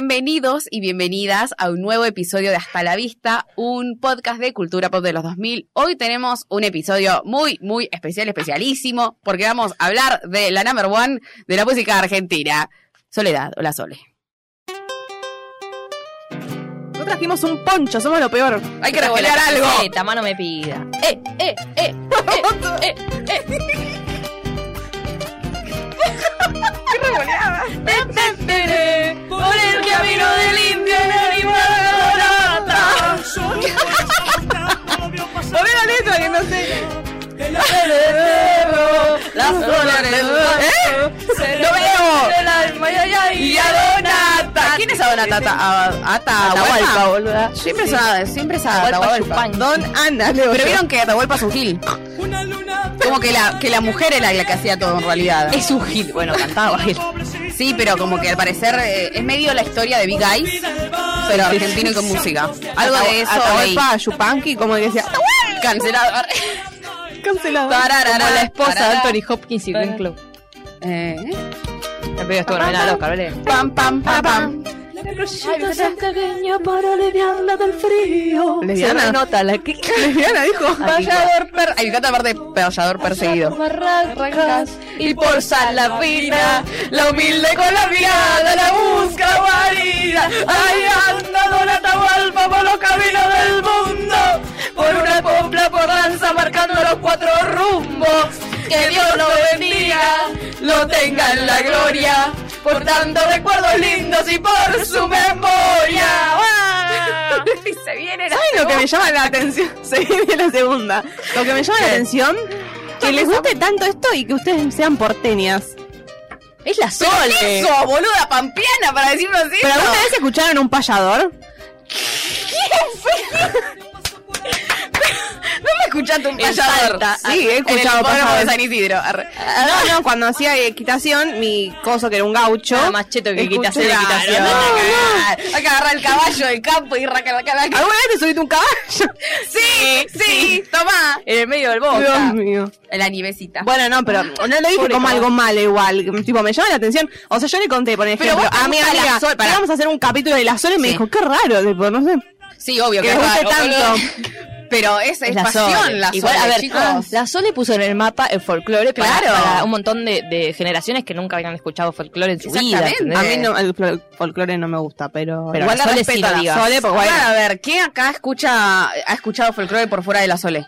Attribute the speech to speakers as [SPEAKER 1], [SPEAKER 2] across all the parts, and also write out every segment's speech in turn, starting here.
[SPEAKER 1] Bienvenidos y bienvenidas a un nuevo episodio de Hasta la Vista, un podcast de cultura pop de los 2000. Hoy tenemos un episodio muy, muy especial, especialísimo, porque vamos a hablar de la number one de la música argentina. Soledad, hola Sole.
[SPEAKER 2] No trajimos un poncho, somos lo peor.
[SPEAKER 1] Hay que revelar algo.
[SPEAKER 3] Eta, mano me pida.
[SPEAKER 1] Eh, eh, eh, eh, eh, eh. Por el camino del indio en
[SPEAKER 2] Poné la letra que no sé.
[SPEAKER 1] Las flores ¡Eh! ¡Lo veo! Y a Donata. ¿Quién es Adonatata? A-
[SPEAKER 2] Ah,
[SPEAKER 1] Ata Atahualpa, boluda. Siempre es a- siempre es a Atahualpa.
[SPEAKER 3] Atahualpa Yupanqui.
[SPEAKER 1] Don Ana, Leo. Pero vieron que Atahualpa es un gil. Como que la, que la mujer era la que hacía todo en realidad.
[SPEAKER 3] Es un hit. Bueno, cantaba él.
[SPEAKER 1] Sí, pero como que al parecer eh, es medio la historia de Big Eyes, pero argentino y con música. Algo de eso. leí.
[SPEAKER 2] Atahualpa, Yupanqui, como que decía.
[SPEAKER 1] Cancelado.
[SPEAKER 2] Cancelado.
[SPEAKER 1] Tararara,
[SPEAKER 2] Como la esposa
[SPEAKER 1] tararara.
[SPEAKER 2] de Anthony Hopkins y Glenn Close.
[SPEAKER 1] Eh,
[SPEAKER 3] La pega estuvo nominada al Oscar, ¿vale?
[SPEAKER 1] Pam, pam, pam, pam.
[SPEAKER 2] Lesbiana.
[SPEAKER 3] Se nota la que...
[SPEAKER 2] Lesbiana, dijo.
[SPEAKER 1] Payador per... Ay, me encanta parte de payador perseguido.
[SPEAKER 3] Barracas y por Salafina.
[SPEAKER 1] La humilde con la mirada la busca guarida. Ahí anda Don Atahualpa por los caminos del mundo. Por una copla por danza marcando los cuatro rumbos. Que Dios lo bendiga, lo tenga en la gloria. Por tantos recuerdos lindos y por su memoria. ¡Ah! Y se viene la
[SPEAKER 2] ¿Saben lo que me llama la atención? Se viene la segunda. Lo que me llama la
[SPEAKER 1] ¿Qué?
[SPEAKER 2] atención. Que les guste tanto esto y que ustedes sean porteñas.
[SPEAKER 3] Es la
[SPEAKER 1] ¿Pero
[SPEAKER 3] Sole.
[SPEAKER 1] qué es eso, boluda pampiana, para decirnos así.
[SPEAKER 2] ¿Pero alguna vez escucharon un payador?
[SPEAKER 1] No me escuchaste un
[SPEAKER 3] En
[SPEAKER 1] payador.
[SPEAKER 3] Salta.
[SPEAKER 2] Sí, he
[SPEAKER 1] En el
[SPEAKER 2] escuchado
[SPEAKER 1] hipódromo de
[SPEAKER 2] payador.
[SPEAKER 1] San Isidro. Arre.
[SPEAKER 2] No, no, cuando hacía equitación, mi coso que era un gaucho.
[SPEAKER 3] Nada más cheto que
[SPEAKER 2] escuchaba-
[SPEAKER 3] equitación, equitación.
[SPEAKER 2] No, no.
[SPEAKER 1] Hay que agarrar el caballo del campo y raca, raca, raca.
[SPEAKER 2] ¿Alguna vez te subiste un caballo?
[SPEAKER 1] Sí, sí, tomá.
[SPEAKER 3] En el medio del
[SPEAKER 2] Dios
[SPEAKER 3] bosque.
[SPEAKER 2] mío.
[SPEAKER 1] La nivecita.
[SPEAKER 2] Bueno, no, pero no lo dije
[SPEAKER 3] Pobre
[SPEAKER 2] como
[SPEAKER 3] caballo.
[SPEAKER 2] algo malo igual. Tipo, me llama la atención. O sea, yo le conté, por ejemplo,
[SPEAKER 1] vos te
[SPEAKER 2] a mi
[SPEAKER 1] gusta
[SPEAKER 2] amiga,
[SPEAKER 1] la Sol, pará.
[SPEAKER 2] vamos a hacer un capítulo de las soles y me
[SPEAKER 1] Sí.
[SPEAKER 2] dijo, qué raro, tipo, no sé.
[SPEAKER 1] Sí, obvio que,
[SPEAKER 2] que guste
[SPEAKER 1] raro,
[SPEAKER 2] tanto.
[SPEAKER 1] boludo. Pero es, es, pasión
[SPEAKER 3] Sole.
[SPEAKER 1] la
[SPEAKER 3] Igual,
[SPEAKER 1] Sole,
[SPEAKER 3] a ver,
[SPEAKER 1] chicos.
[SPEAKER 3] ah, la Sole puso en el mapa el folclore para,
[SPEAKER 1] Claro.
[SPEAKER 3] para un montón de, de generaciones que nunca habían escuchado folclore en su vida.
[SPEAKER 1] Exactamente.
[SPEAKER 3] ¿entendés?
[SPEAKER 2] A mí no, el fol- folclore no me gusta, pero,
[SPEAKER 3] Pero
[SPEAKER 2] igual
[SPEAKER 3] la
[SPEAKER 2] la
[SPEAKER 3] Sole sí
[SPEAKER 2] respeto
[SPEAKER 3] lo
[SPEAKER 2] a la
[SPEAKER 3] digas.
[SPEAKER 2] Sole, pues bueno.
[SPEAKER 1] Ahora, a ver, ¿quién acá escucha, ha escuchado folclore por fuera de la Sole?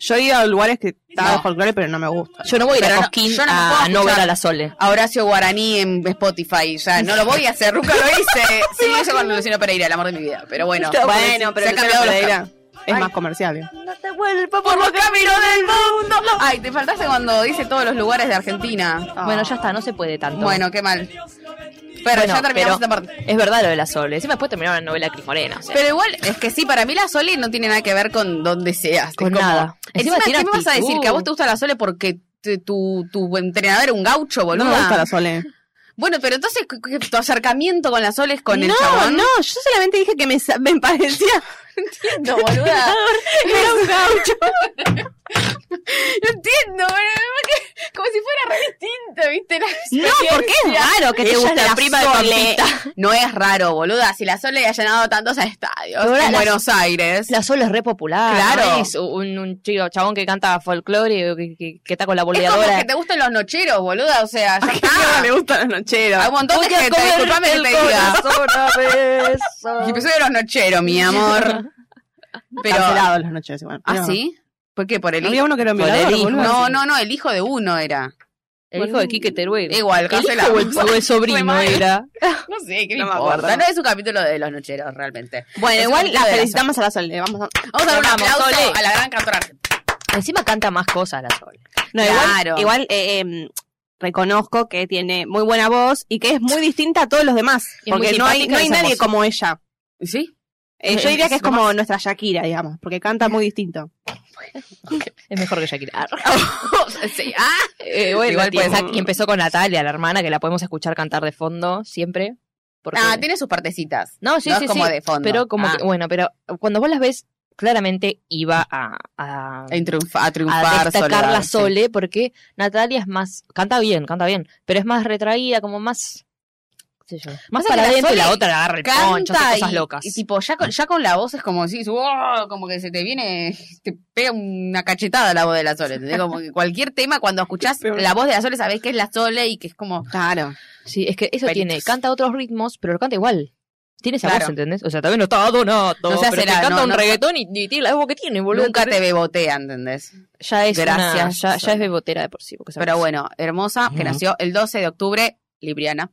[SPEAKER 2] Yo he ido a lugares que estaba
[SPEAKER 1] No.
[SPEAKER 2] folclore, pero no me gusta.
[SPEAKER 3] Yo no voy a ir
[SPEAKER 1] Pero
[SPEAKER 3] a
[SPEAKER 1] no-
[SPEAKER 3] Cosquín
[SPEAKER 1] yo no me puedo
[SPEAKER 3] a no ver
[SPEAKER 1] escuchar.
[SPEAKER 3] a la Sole.
[SPEAKER 1] a Horacio Guaraní en Spotify. Ya no lo voy a hacer, nunca lo hice. sí, eso con Luciano Pereira, el amor de mi vida. Pero bueno, se ha cambiado
[SPEAKER 2] la
[SPEAKER 1] los
[SPEAKER 2] idea. Es
[SPEAKER 1] Ay.
[SPEAKER 2] más comercial.
[SPEAKER 1] No te vuelva por los caminos del mundo. Ay, te faltaste cuando dice todos los lugares de Argentina. Ah.
[SPEAKER 3] Bueno, ya está, no se puede tanto.
[SPEAKER 1] Bueno, qué mal. Pero
[SPEAKER 3] Bueno,
[SPEAKER 1] ya terminamos esta
[SPEAKER 3] pero
[SPEAKER 1] parte.
[SPEAKER 3] Es verdad lo de la Sole. Encima después terminaron la novela Crismorena. o sea.
[SPEAKER 1] Pero igual, es que sí, para mí la Sole no tiene nada que ver con donde seas.
[SPEAKER 3] Con
[SPEAKER 1] Es como-
[SPEAKER 3] nada.
[SPEAKER 1] Encima,
[SPEAKER 3] Encima
[SPEAKER 1] ¿qué
[SPEAKER 3] tiene
[SPEAKER 1] me vas a decir?
[SPEAKER 3] actitud.
[SPEAKER 1] ¿Que a vos te gusta la Sole porque te- tu, tu entrenador era un gaucho,
[SPEAKER 2] No
[SPEAKER 1] boluda?
[SPEAKER 2] me gusta la Sole.
[SPEAKER 1] Bueno, pero entonces ¿qué- qué- tu acercamiento con la Sole es con
[SPEAKER 2] no,
[SPEAKER 1] el chabón.
[SPEAKER 2] no, yo solamente dije que me, sa- me parecía
[SPEAKER 1] No, boluda.
[SPEAKER 2] era un gaucho.
[SPEAKER 1] No entiendo, boluda. que- Como si fuera re distinto, ¿viste? La-
[SPEAKER 2] No, porque es raro que te
[SPEAKER 3] Ella
[SPEAKER 2] guste
[SPEAKER 3] es la
[SPEAKER 2] la
[SPEAKER 3] prima de
[SPEAKER 2] Sole.
[SPEAKER 3] Pampita.
[SPEAKER 1] No es raro, boluda. Si la Sole ha llenado tantos estadios
[SPEAKER 3] Ahora
[SPEAKER 1] en
[SPEAKER 3] la-
[SPEAKER 1] Buenos Aires.
[SPEAKER 3] La Sole es re popular.
[SPEAKER 1] Claro.
[SPEAKER 3] ¿no? Es un, un chico, chabón que canta folclore, que, que- que está con la
[SPEAKER 1] Es como
[SPEAKER 3] boleadora.
[SPEAKER 1] que te gustan los nocheros, boluda. O sea, ya está.
[SPEAKER 2] Ah, le gustan los nocheros.
[SPEAKER 1] Hay un montón de
[SPEAKER 3] Voy a
[SPEAKER 1] gente,
[SPEAKER 3] comer
[SPEAKER 1] Ah, disculpame que
[SPEAKER 3] el
[SPEAKER 1] te diga.
[SPEAKER 3] corazón a besos.
[SPEAKER 1] Episodio de los nocheros, mi amor. Pero.
[SPEAKER 2] Cancelados los nocheros igual.
[SPEAKER 1] ¿Ah,
[SPEAKER 2] No.
[SPEAKER 1] sí? ¿Por qué? ¿Por el
[SPEAKER 2] Había
[SPEAKER 1] hijo?
[SPEAKER 2] uno que era un
[SPEAKER 3] Por el
[SPEAKER 2] violador,
[SPEAKER 3] hijo.
[SPEAKER 2] boludo.
[SPEAKER 1] No, no, no, el hijo de uno era.
[SPEAKER 3] El hijo de Quique Teruel.
[SPEAKER 1] Igual,
[SPEAKER 3] El
[SPEAKER 1] cancelado.
[SPEAKER 3] hijo o el, o el
[SPEAKER 1] Re
[SPEAKER 3] sobrino
[SPEAKER 1] mal.
[SPEAKER 3] era.
[SPEAKER 1] No sé, ¿qué
[SPEAKER 2] No
[SPEAKER 1] me
[SPEAKER 2] me
[SPEAKER 1] importa?
[SPEAKER 2] acuerdo.
[SPEAKER 1] No es un capítulo de los nocheros, realmente.
[SPEAKER 2] Bueno,
[SPEAKER 1] Es un
[SPEAKER 2] igual
[SPEAKER 1] capítulo
[SPEAKER 2] la
[SPEAKER 1] de
[SPEAKER 2] felicitamos a la Sole. Vamos a...
[SPEAKER 1] Vamos a dar un
[SPEAKER 3] Vamos,
[SPEAKER 1] aplauso
[SPEAKER 3] Sole.
[SPEAKER 1] a la gran cantora.
[SPEAKER 3] Encima canta más cosas la Sole.
[SPEAKER 2] No,
[SPEAKER 1] Claro.
[SPEAKER 2] igual, igual eh, eh, reconozco que tiene muy buena voz y que es muy distinta a todos los demás.
[SPEAKER 3] Y es muy
[SPEAKER 2] Porque no hay,
[SPEAKER 3] simpática
[SPEAKER 2] no hay
[SPEAKER 3] esa
[SPEAKER 2] nadie
[SPEAKER 3] voz.
[SPEAKER 2] como ella.
[SPEAKER 1] ¿Sí?
[SPEAKER 2] Eh,
[SPEAKER 3] Es-
[SPEAKER 2] yo diría que
[SPEAKER 3] es
[SPEAKER 2] es como nuestra Shakira, digamos, porque canta muy distinto.
[SPEAKER 3] Es mejor que Shakira.
[SPEAKER 1] sí. Ah,
[SPEAKER 3] Eh, bueno,
[SPEAKER 1] Igual
[SPEAKER 3] tipo,
[SPEAKER 1] puede-
[SPEAKER 3] esa que empezó con Natalia, la hermana, que la podemos escuchar cantar de fondo siempre. Porque...
[SPEAKER 1] ah, tiene sus partecitas.
[SPEAKER 3] No, sí,
[SPEAKER 1] no
[SPEAKER 3] sí,
[SPEAKER 1] es como
[SPEAKER 3] sí.
[SPEAKER 1] de fondo.
[SPEAKER 3] Pero como
[SPEAKER 1] Ah.
[SPEAKER 3] que, bueno, pero cuando vos las ves, claramente iba a, a,
[SPEAKER 1] En triunfa- a
[SPEAKER 3] a
[SPEAKER 1] triunfar,
[SPEAKER 3] destacar
[SPEAKER 1] Soledad,
[SPEAKER 3] la
[SPEAKER 1] sí.
[SPEAKER 3] Sole, porque Natalia es más, canta bien, canta bien, pero es más retraída, como más sé yo. Más
[SPEAKER 1] Pasa
[SPEAKER 3] para
[SPEAKER 1] que la
[SPEAKER 3] adentro y la
[SPEAKER 1] Sole
[SPEAKER 3] otra la agarra el poncho,
[SPEAKER 1] Canta
[SPEAKER 3] hace
[SPEAKER 1] y-
[SPEAKER 3] cosas locas.
[SPEAKER 1] Y, tipo, ya con, ya con la voz es como si, "Wow", como que se te viene, te pega una cachetada la voz de la Sole. ¿entendés? Como que cualquier tema, cuando escuchás
[SPEAKER 4] Peor.
[SPEAKER 1] la voz de la Sole, sabés que es la Sole y que es como... Claro.
[SPEAKER 3] Sí, es que eso
[SPEAKER 1] Peritos.
[SPEAKER 3] tiene, canta otros ritmos, pero lo canta igual. Tiene esa
[SPEAKER 1] Claro.
[SPEAKER 3] voz, ¿entendés? O sea, también no está
[SPEAKER 1] No
[SPEAKER 3] Donato,
[SPEAKER 1] se
[SPEAKER 3] pero
[SPEAKER 1] hace
[SPEAKER 3] que
[SPEAKER 1] la-
[SPEAKER 3] canta
[SPEAKER 1] no,
[SPEAKER 3] un
[SPEAKER 1] no-
[SPEAKER 3] reggaetón y, y tiene la voz que tiene, boludo.
[SPEAKER 1] Nunca te
[SPEAKER 3] ¿entendés?
[SPEAKER 1] bebotea, ¿entendés?
[SPEAKER 3] Ya es
[SPEAKER 1] Gracias,
[SPEAKER 3] una- ya, ya
[SPEAKER 1] Sol.
[SPEAKER 3] es bebotera de por sí. porque se
[SPEAKER 1] Pero
[SPEAKER 3] ve-
[SPEAKER 1] bueno, hermosa, que
[SPEAKER 3] Ujú.
[SPEAKER 1] nació el 12 de octubre, Libriana,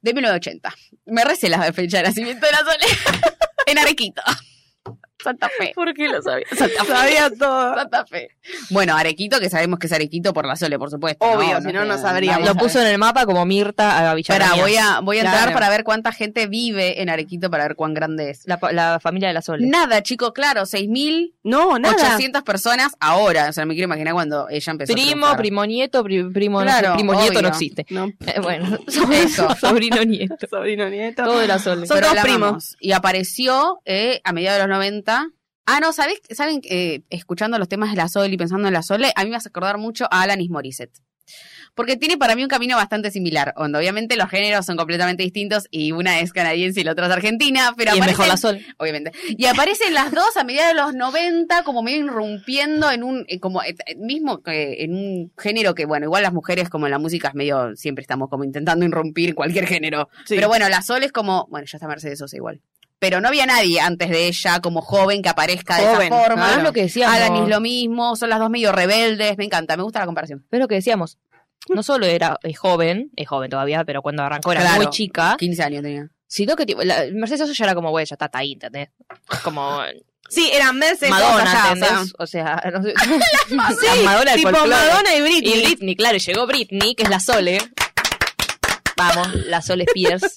[SPEAKER 1] de 1980. Me recela la fecha de nacimiento de la Sole. en Arequito. Santa Fe.
[SPEAKER 3] ¿Por qué lo sabía?
[SPEAKER 1] Santa Fe.
[SPEAKER 4] Sabía todo.
[SPEAKER 1] Santa Fe. Bueno, Arequito, que sabemos que es Arequito por la Sole, por supuesto.
[SPEAKER 4] Obvio, si no, no
[SPEAKER 1] te-
[SPEAKER 4] sabríamos.
[SPEAKER 3] Lo puso en el mapa como Mirta a
[SPEAKER 1] Pará, voy a, voy a entrar
[SPEAKER 4] Claro.
[SPEAKER 1] para ver cuánta gente vive en Arequito para ver cuán grande es.
[SPEAKER 3] La, pa- la familia de la Sole.
[SPEAKER 1] Nada, chicos, claro, 6.800
[SPEAKER 2] No, nada.
[SPEAKER 1] personas ahora. O sea, me quiero imaginar cuando ella empezó. a
[SPEAKER 3] primo,
[SPEAKER 1] triunfar.
[SPEAKER 3] primo nieto, pri- primo, no sé,
[SPEAKER 1] Claro,
[SPEAKER 3] primo nieto
[SPEAKER 1] obvio.
[SPEAKER 3] no existe.
[SPEAKER 2] No,
[SPEAKER 3] Eh, bueno,
[SPEAKER 1] Eso.
[SPEAKER 3] sobrino nieto.
[SPEAKER 4] Sobrino nieto.
[SPEAKER 3] Todo de la Sole.
[SPEAKER 1] Son
[SPEAKER 2] Pero
[SPEAKER 1] dos
[SPEAKER 2] la
[SPEAKER 1] primos.
[SPEAKER 2] amamos.
[SPEAKER 1] Y apareció eh, a mediados de los 90. Ah, no, ¿sabes? ¿saben? eh, escuchando los temas de la Sol y pensando en la Sole, a mí me hace acordar mucho a Alanis Morissette. Porque tiene para mí un camino bastante similar, donde obviamente los géneros son completamente distintos y una es canadiense y la otra es argentina, pero
[SPEAKER 3] y es mejor
[SPEAKER 1] aparecen-
[SPEAKER 3] la Sole.
[SPEAKER 1] obviamente. Y aparecen las dos a mediados de los 90 como medio irrumpiendo en un eh, como eh, mismo que en un género que bueno, igual las mujeres como en la música es medio siempre estamos como intentando irrumpir en cualquier género.
[SPEAKER 4] Sí.
[SPEAKER 1] Pero bueno, la Sol es como, bueno, ya está Mercedes Sosa igual. Pero no había nadie antes de ella como joven que aparezca de
[SPEAKER 4] Joven,
[SPEAKER 1] esa forma.
[SPEAKER 3] Pero es ah, lo que decíamos.
[SPEAKER 1] Alanis lo mismo, son las dos medio rebeldes, me encanta, me gusta la comparación.
[SPEAKER 3] Es lo que decíamos. No solo era eh, joven, es joven todavía, pero cuando arrancó era
[SPEAKER 1] Claro.
[SPEAKER 3] muy chica,
[SPEAKER 1] 15 años tenía.
[SPEAKER 3] sino que tipo, la, Mercedes Sosa ya era como, güey, ya está, está ahí, ¿entendés? Como
[SPEAKER 4] Sí, eran meses.
[SPEAKER 3] Madonna,
[SPEAKER 4] cosas ya,
[SPEAKER 3] ¿entendés? O sea, no sé.
[SPEAKER 4] o sea. Sí,
[SPEAKER 3] La Madonna del
[SPEAKER 4] tipo
[SPEAKER 3] folclore.
[SPEAKER 4] Madonna y Britney.
[SPEAKER 3] Y Britney, claro, y llegó Britney, que es la Sole. Vamos, la Sole Spears.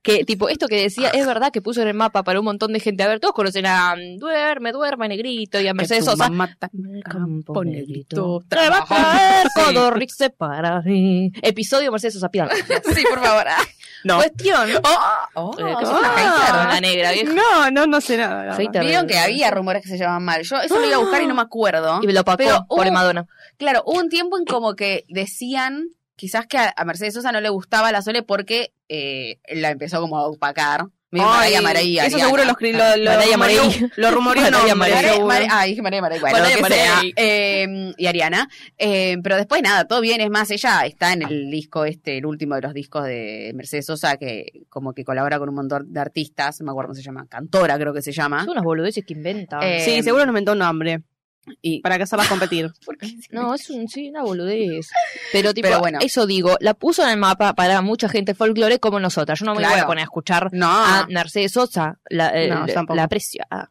[SPEAKER 3] Que tipo, esto que decía, es verdad que puso en el mapa para un montón de gente. A ver, todos conocen a mm, Duerme, Duerme, Negrito y a Mercedes
[SPEAKER 1] Que tu
[SPEAKER 3] Sosa.
[SPEAKER 1] mamá ta-
[SPEAKER 3] Campo Negrito.
[SPEAKER 1] trabaja.
[SPEAKER 3] Codo Rick se para mí. Episodio Mercedes Sosa Piana.
[SPEAKER 1] Sí, por favor. ah.
[SPEAKER 4] No.
[SPEAKER 3] Cuestión.
[SPEAKER 1] Oh, Ah.
[SPEAKER 3] Eh, que
[SPEAKER 1] sos una
[SPEAKER 3] sos una hater,
[SPEAKER 1] hater.
[SPEAKER 3] una negra, vieja.
[SPEAKER 4] No, no, no sé nada. la
[SPEAKER 3] Hater.
[SPEAKER 4] verdad.
[SPEAKER 1] Vieron que había rumores que se llamaban mal. Yo eso lo iba a buscar y no me acuerdo.
[SPEAKER 3] Y me lo
[SPEAKER 1] Pero
[SPEAKER 3] pacó, pobre
[SPEAKER 1] hubo-
[SPEAKER 3] Madonna.
[SPEAKER 1] Claro, hubo un tiempo en como que decían quizás que a, a Mercedes Sosa no le gustaba la Sole porque eh, la empezó como a opacar. Medio
[SPEAKER 4] Ay,
[SPEAKER 1] Mariah Marey,
[SPEAKER 4] Eso
[SPEAKER 1] Ariana.
[SPEAKER 4] seguro los cri- lo, lo,
[SPEAKER 3] Mariah
[SPEAKER 4] rumoreó-
[SPEAKER 3] Marey.
[SPEAKER 4] lo rumoreó un
[SPEAKER 3] Mariah
[SPEAKER 4] hombre,
[SPEAKER 3] Marey.
[SPEAKER 1] Mariah-
[SPEAKER 4] seguro.
[SPEAKER 1] Mare- ay, dije Mariah Marey, bueno,
[SPEAKER 3] Mariah
[SPEAKER 1] lo que
[SPEAKER 3] Marey.
[SPEAKER 1] sea. Eh, y Ariana. Eh, pero después nada, todo bien, es más, ella está en el disco este, el último de los discos de Mercedes Sosa, que como que colabora con un montón de artistas, no me acuerdo cómo se llama, cantora creo que se llama.
[SPEAKER 3] Son unas boludeces que inventan.
[SPEAKER 1] Eh,
[SPEAKER 4] Sí, seguro nos inventó un nombre.
[SPEAKER 1] Y-
[SPEAKER 4] Para que hacerlas competir.
[SPEAKER 3] No, es un, sí, una boludez. Pero tipo,
[SPEAKER 1] Pero bueno.
[SPEAKER 3] eso digo, la puso en el mapa para mucha gente folclore como nosotras. Yo no me voy
[SPEAKER 1] Claro.
[SPEAKER 3] a poner a escuchar
[SPEAKER 1] No,
[SPEAKER 3] a Mercedes Sosa, la, eh,
[SPEAKER 4] No,
[SPEAKER 3] la-
[SPEAKER 4] tampoco.
[SPEAKER 3] la aprecio. Ah,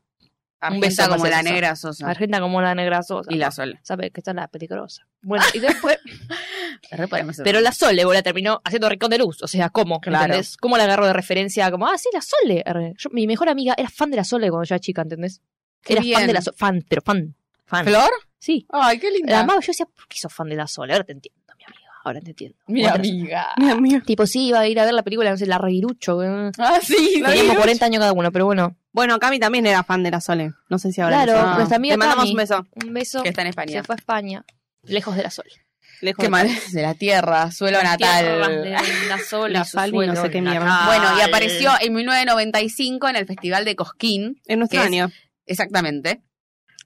[SPEAKER 1] Argenta
[SPEAKER 3] beso a
[SPEAKER 1] como
[SPEAKER 3] Mercedes
[SPEAKER 1] la
[SPEAKER 3] Sosa.
[SPEAKER 1] negra Sosa.
[SPEAKER 3] Argenta como la negra Sosa.
[SPEAKER 1] Y la Sole.
[SPEAKER 3] Sabe que está la peligrosa. Bueno, y después,
[SPEAKER 1] Re podemos ser-
[SPEAKER 3] pero la Sole, la terminó haciendo Rincón de Luz. O sea, ¿cómo?
[SPEAKER 1] Claro.
[SPEAKER 3] ¿Entendés? ¿Cómo la agarró de referencia? Como, ah, sí, la Sole. Arre. Yo- mi mejor amiga era fan de la Sole cuando yo era chica, ¿entendés?
[SPEAKER 1] Qué
[SPEAKER 3] era
[SPEAKER 1] bien.
[SPEAKER 3] fan de la Sole. Fan, pero fan. Fan.
[SPEAKER 1] ¿Flor?
[SPEAKER 3] Sí.
[SPEAKER 1] Ay, qué linda.
[SPEAKER 3] La amaba. Yo decía, ¿por qué sos fan de la Sole? Ahora te entiendo, mi amiga. Ahora te entiendo.
[SPEAKER 1] Mi
[SPEAKER 3] Bueno,
[SPEAKER 1] amiga.
[SPEAKER 4] Mi amigo.
[SPEAKER 3] Tipo, sí, iba a ir a ver la película, no sé, La Reguirucho. eh.
[SPEAKER 1] Ah, sí.
[SPEAKER 4] La
[SPEAKER 3] Teníamos
[SPEAKER 4] Reguirucho.
[SPEAKER 3] 40 años cada uno, pero bueno.
[SPEAKER 4] Bueno, Cami también era fan de la Sole. No sé si ahora.
[SPEAKER 3] Claro,
[SPEAKER 4] lo sabe.
[SPEAKER 3] nuestra amiga
[SPEAKER 4] Te mandamos
[SPEAKER 3] Cami.
[SPEAKER 4] un beso.
[SPEAKER 3] Un beso.
[SPEAKER 1] Que está en España.
[SPEAKER 3] Se fue a España. Lejos de la sol.
[SPEAKER 4] Lejos
[SPEAKER 1] Qué
[SPEAKER 4] de-
[SPEAKER 1] mal. De la tierra, suelo natal.
[SPEAKER 3] Tierras De la sol.
[SPEAKER 4] La
[SPEAKER 3] y su
[SPEAKER 4] sal y no
[SPEAKER 3] suelo
[SPEAKER 4] sé qué
[SPEAKER 3] natal.
[SPEAKER 4] mierda.
[SPEAKER 1] Bueno, y apareció en 1995 en el Festival de Cosquín,
[SPEAKER 4] Es nuestro
[SPEAKER 1] que es-
[SPEAKER 4] año.
[SPEAKER 1] exactamente.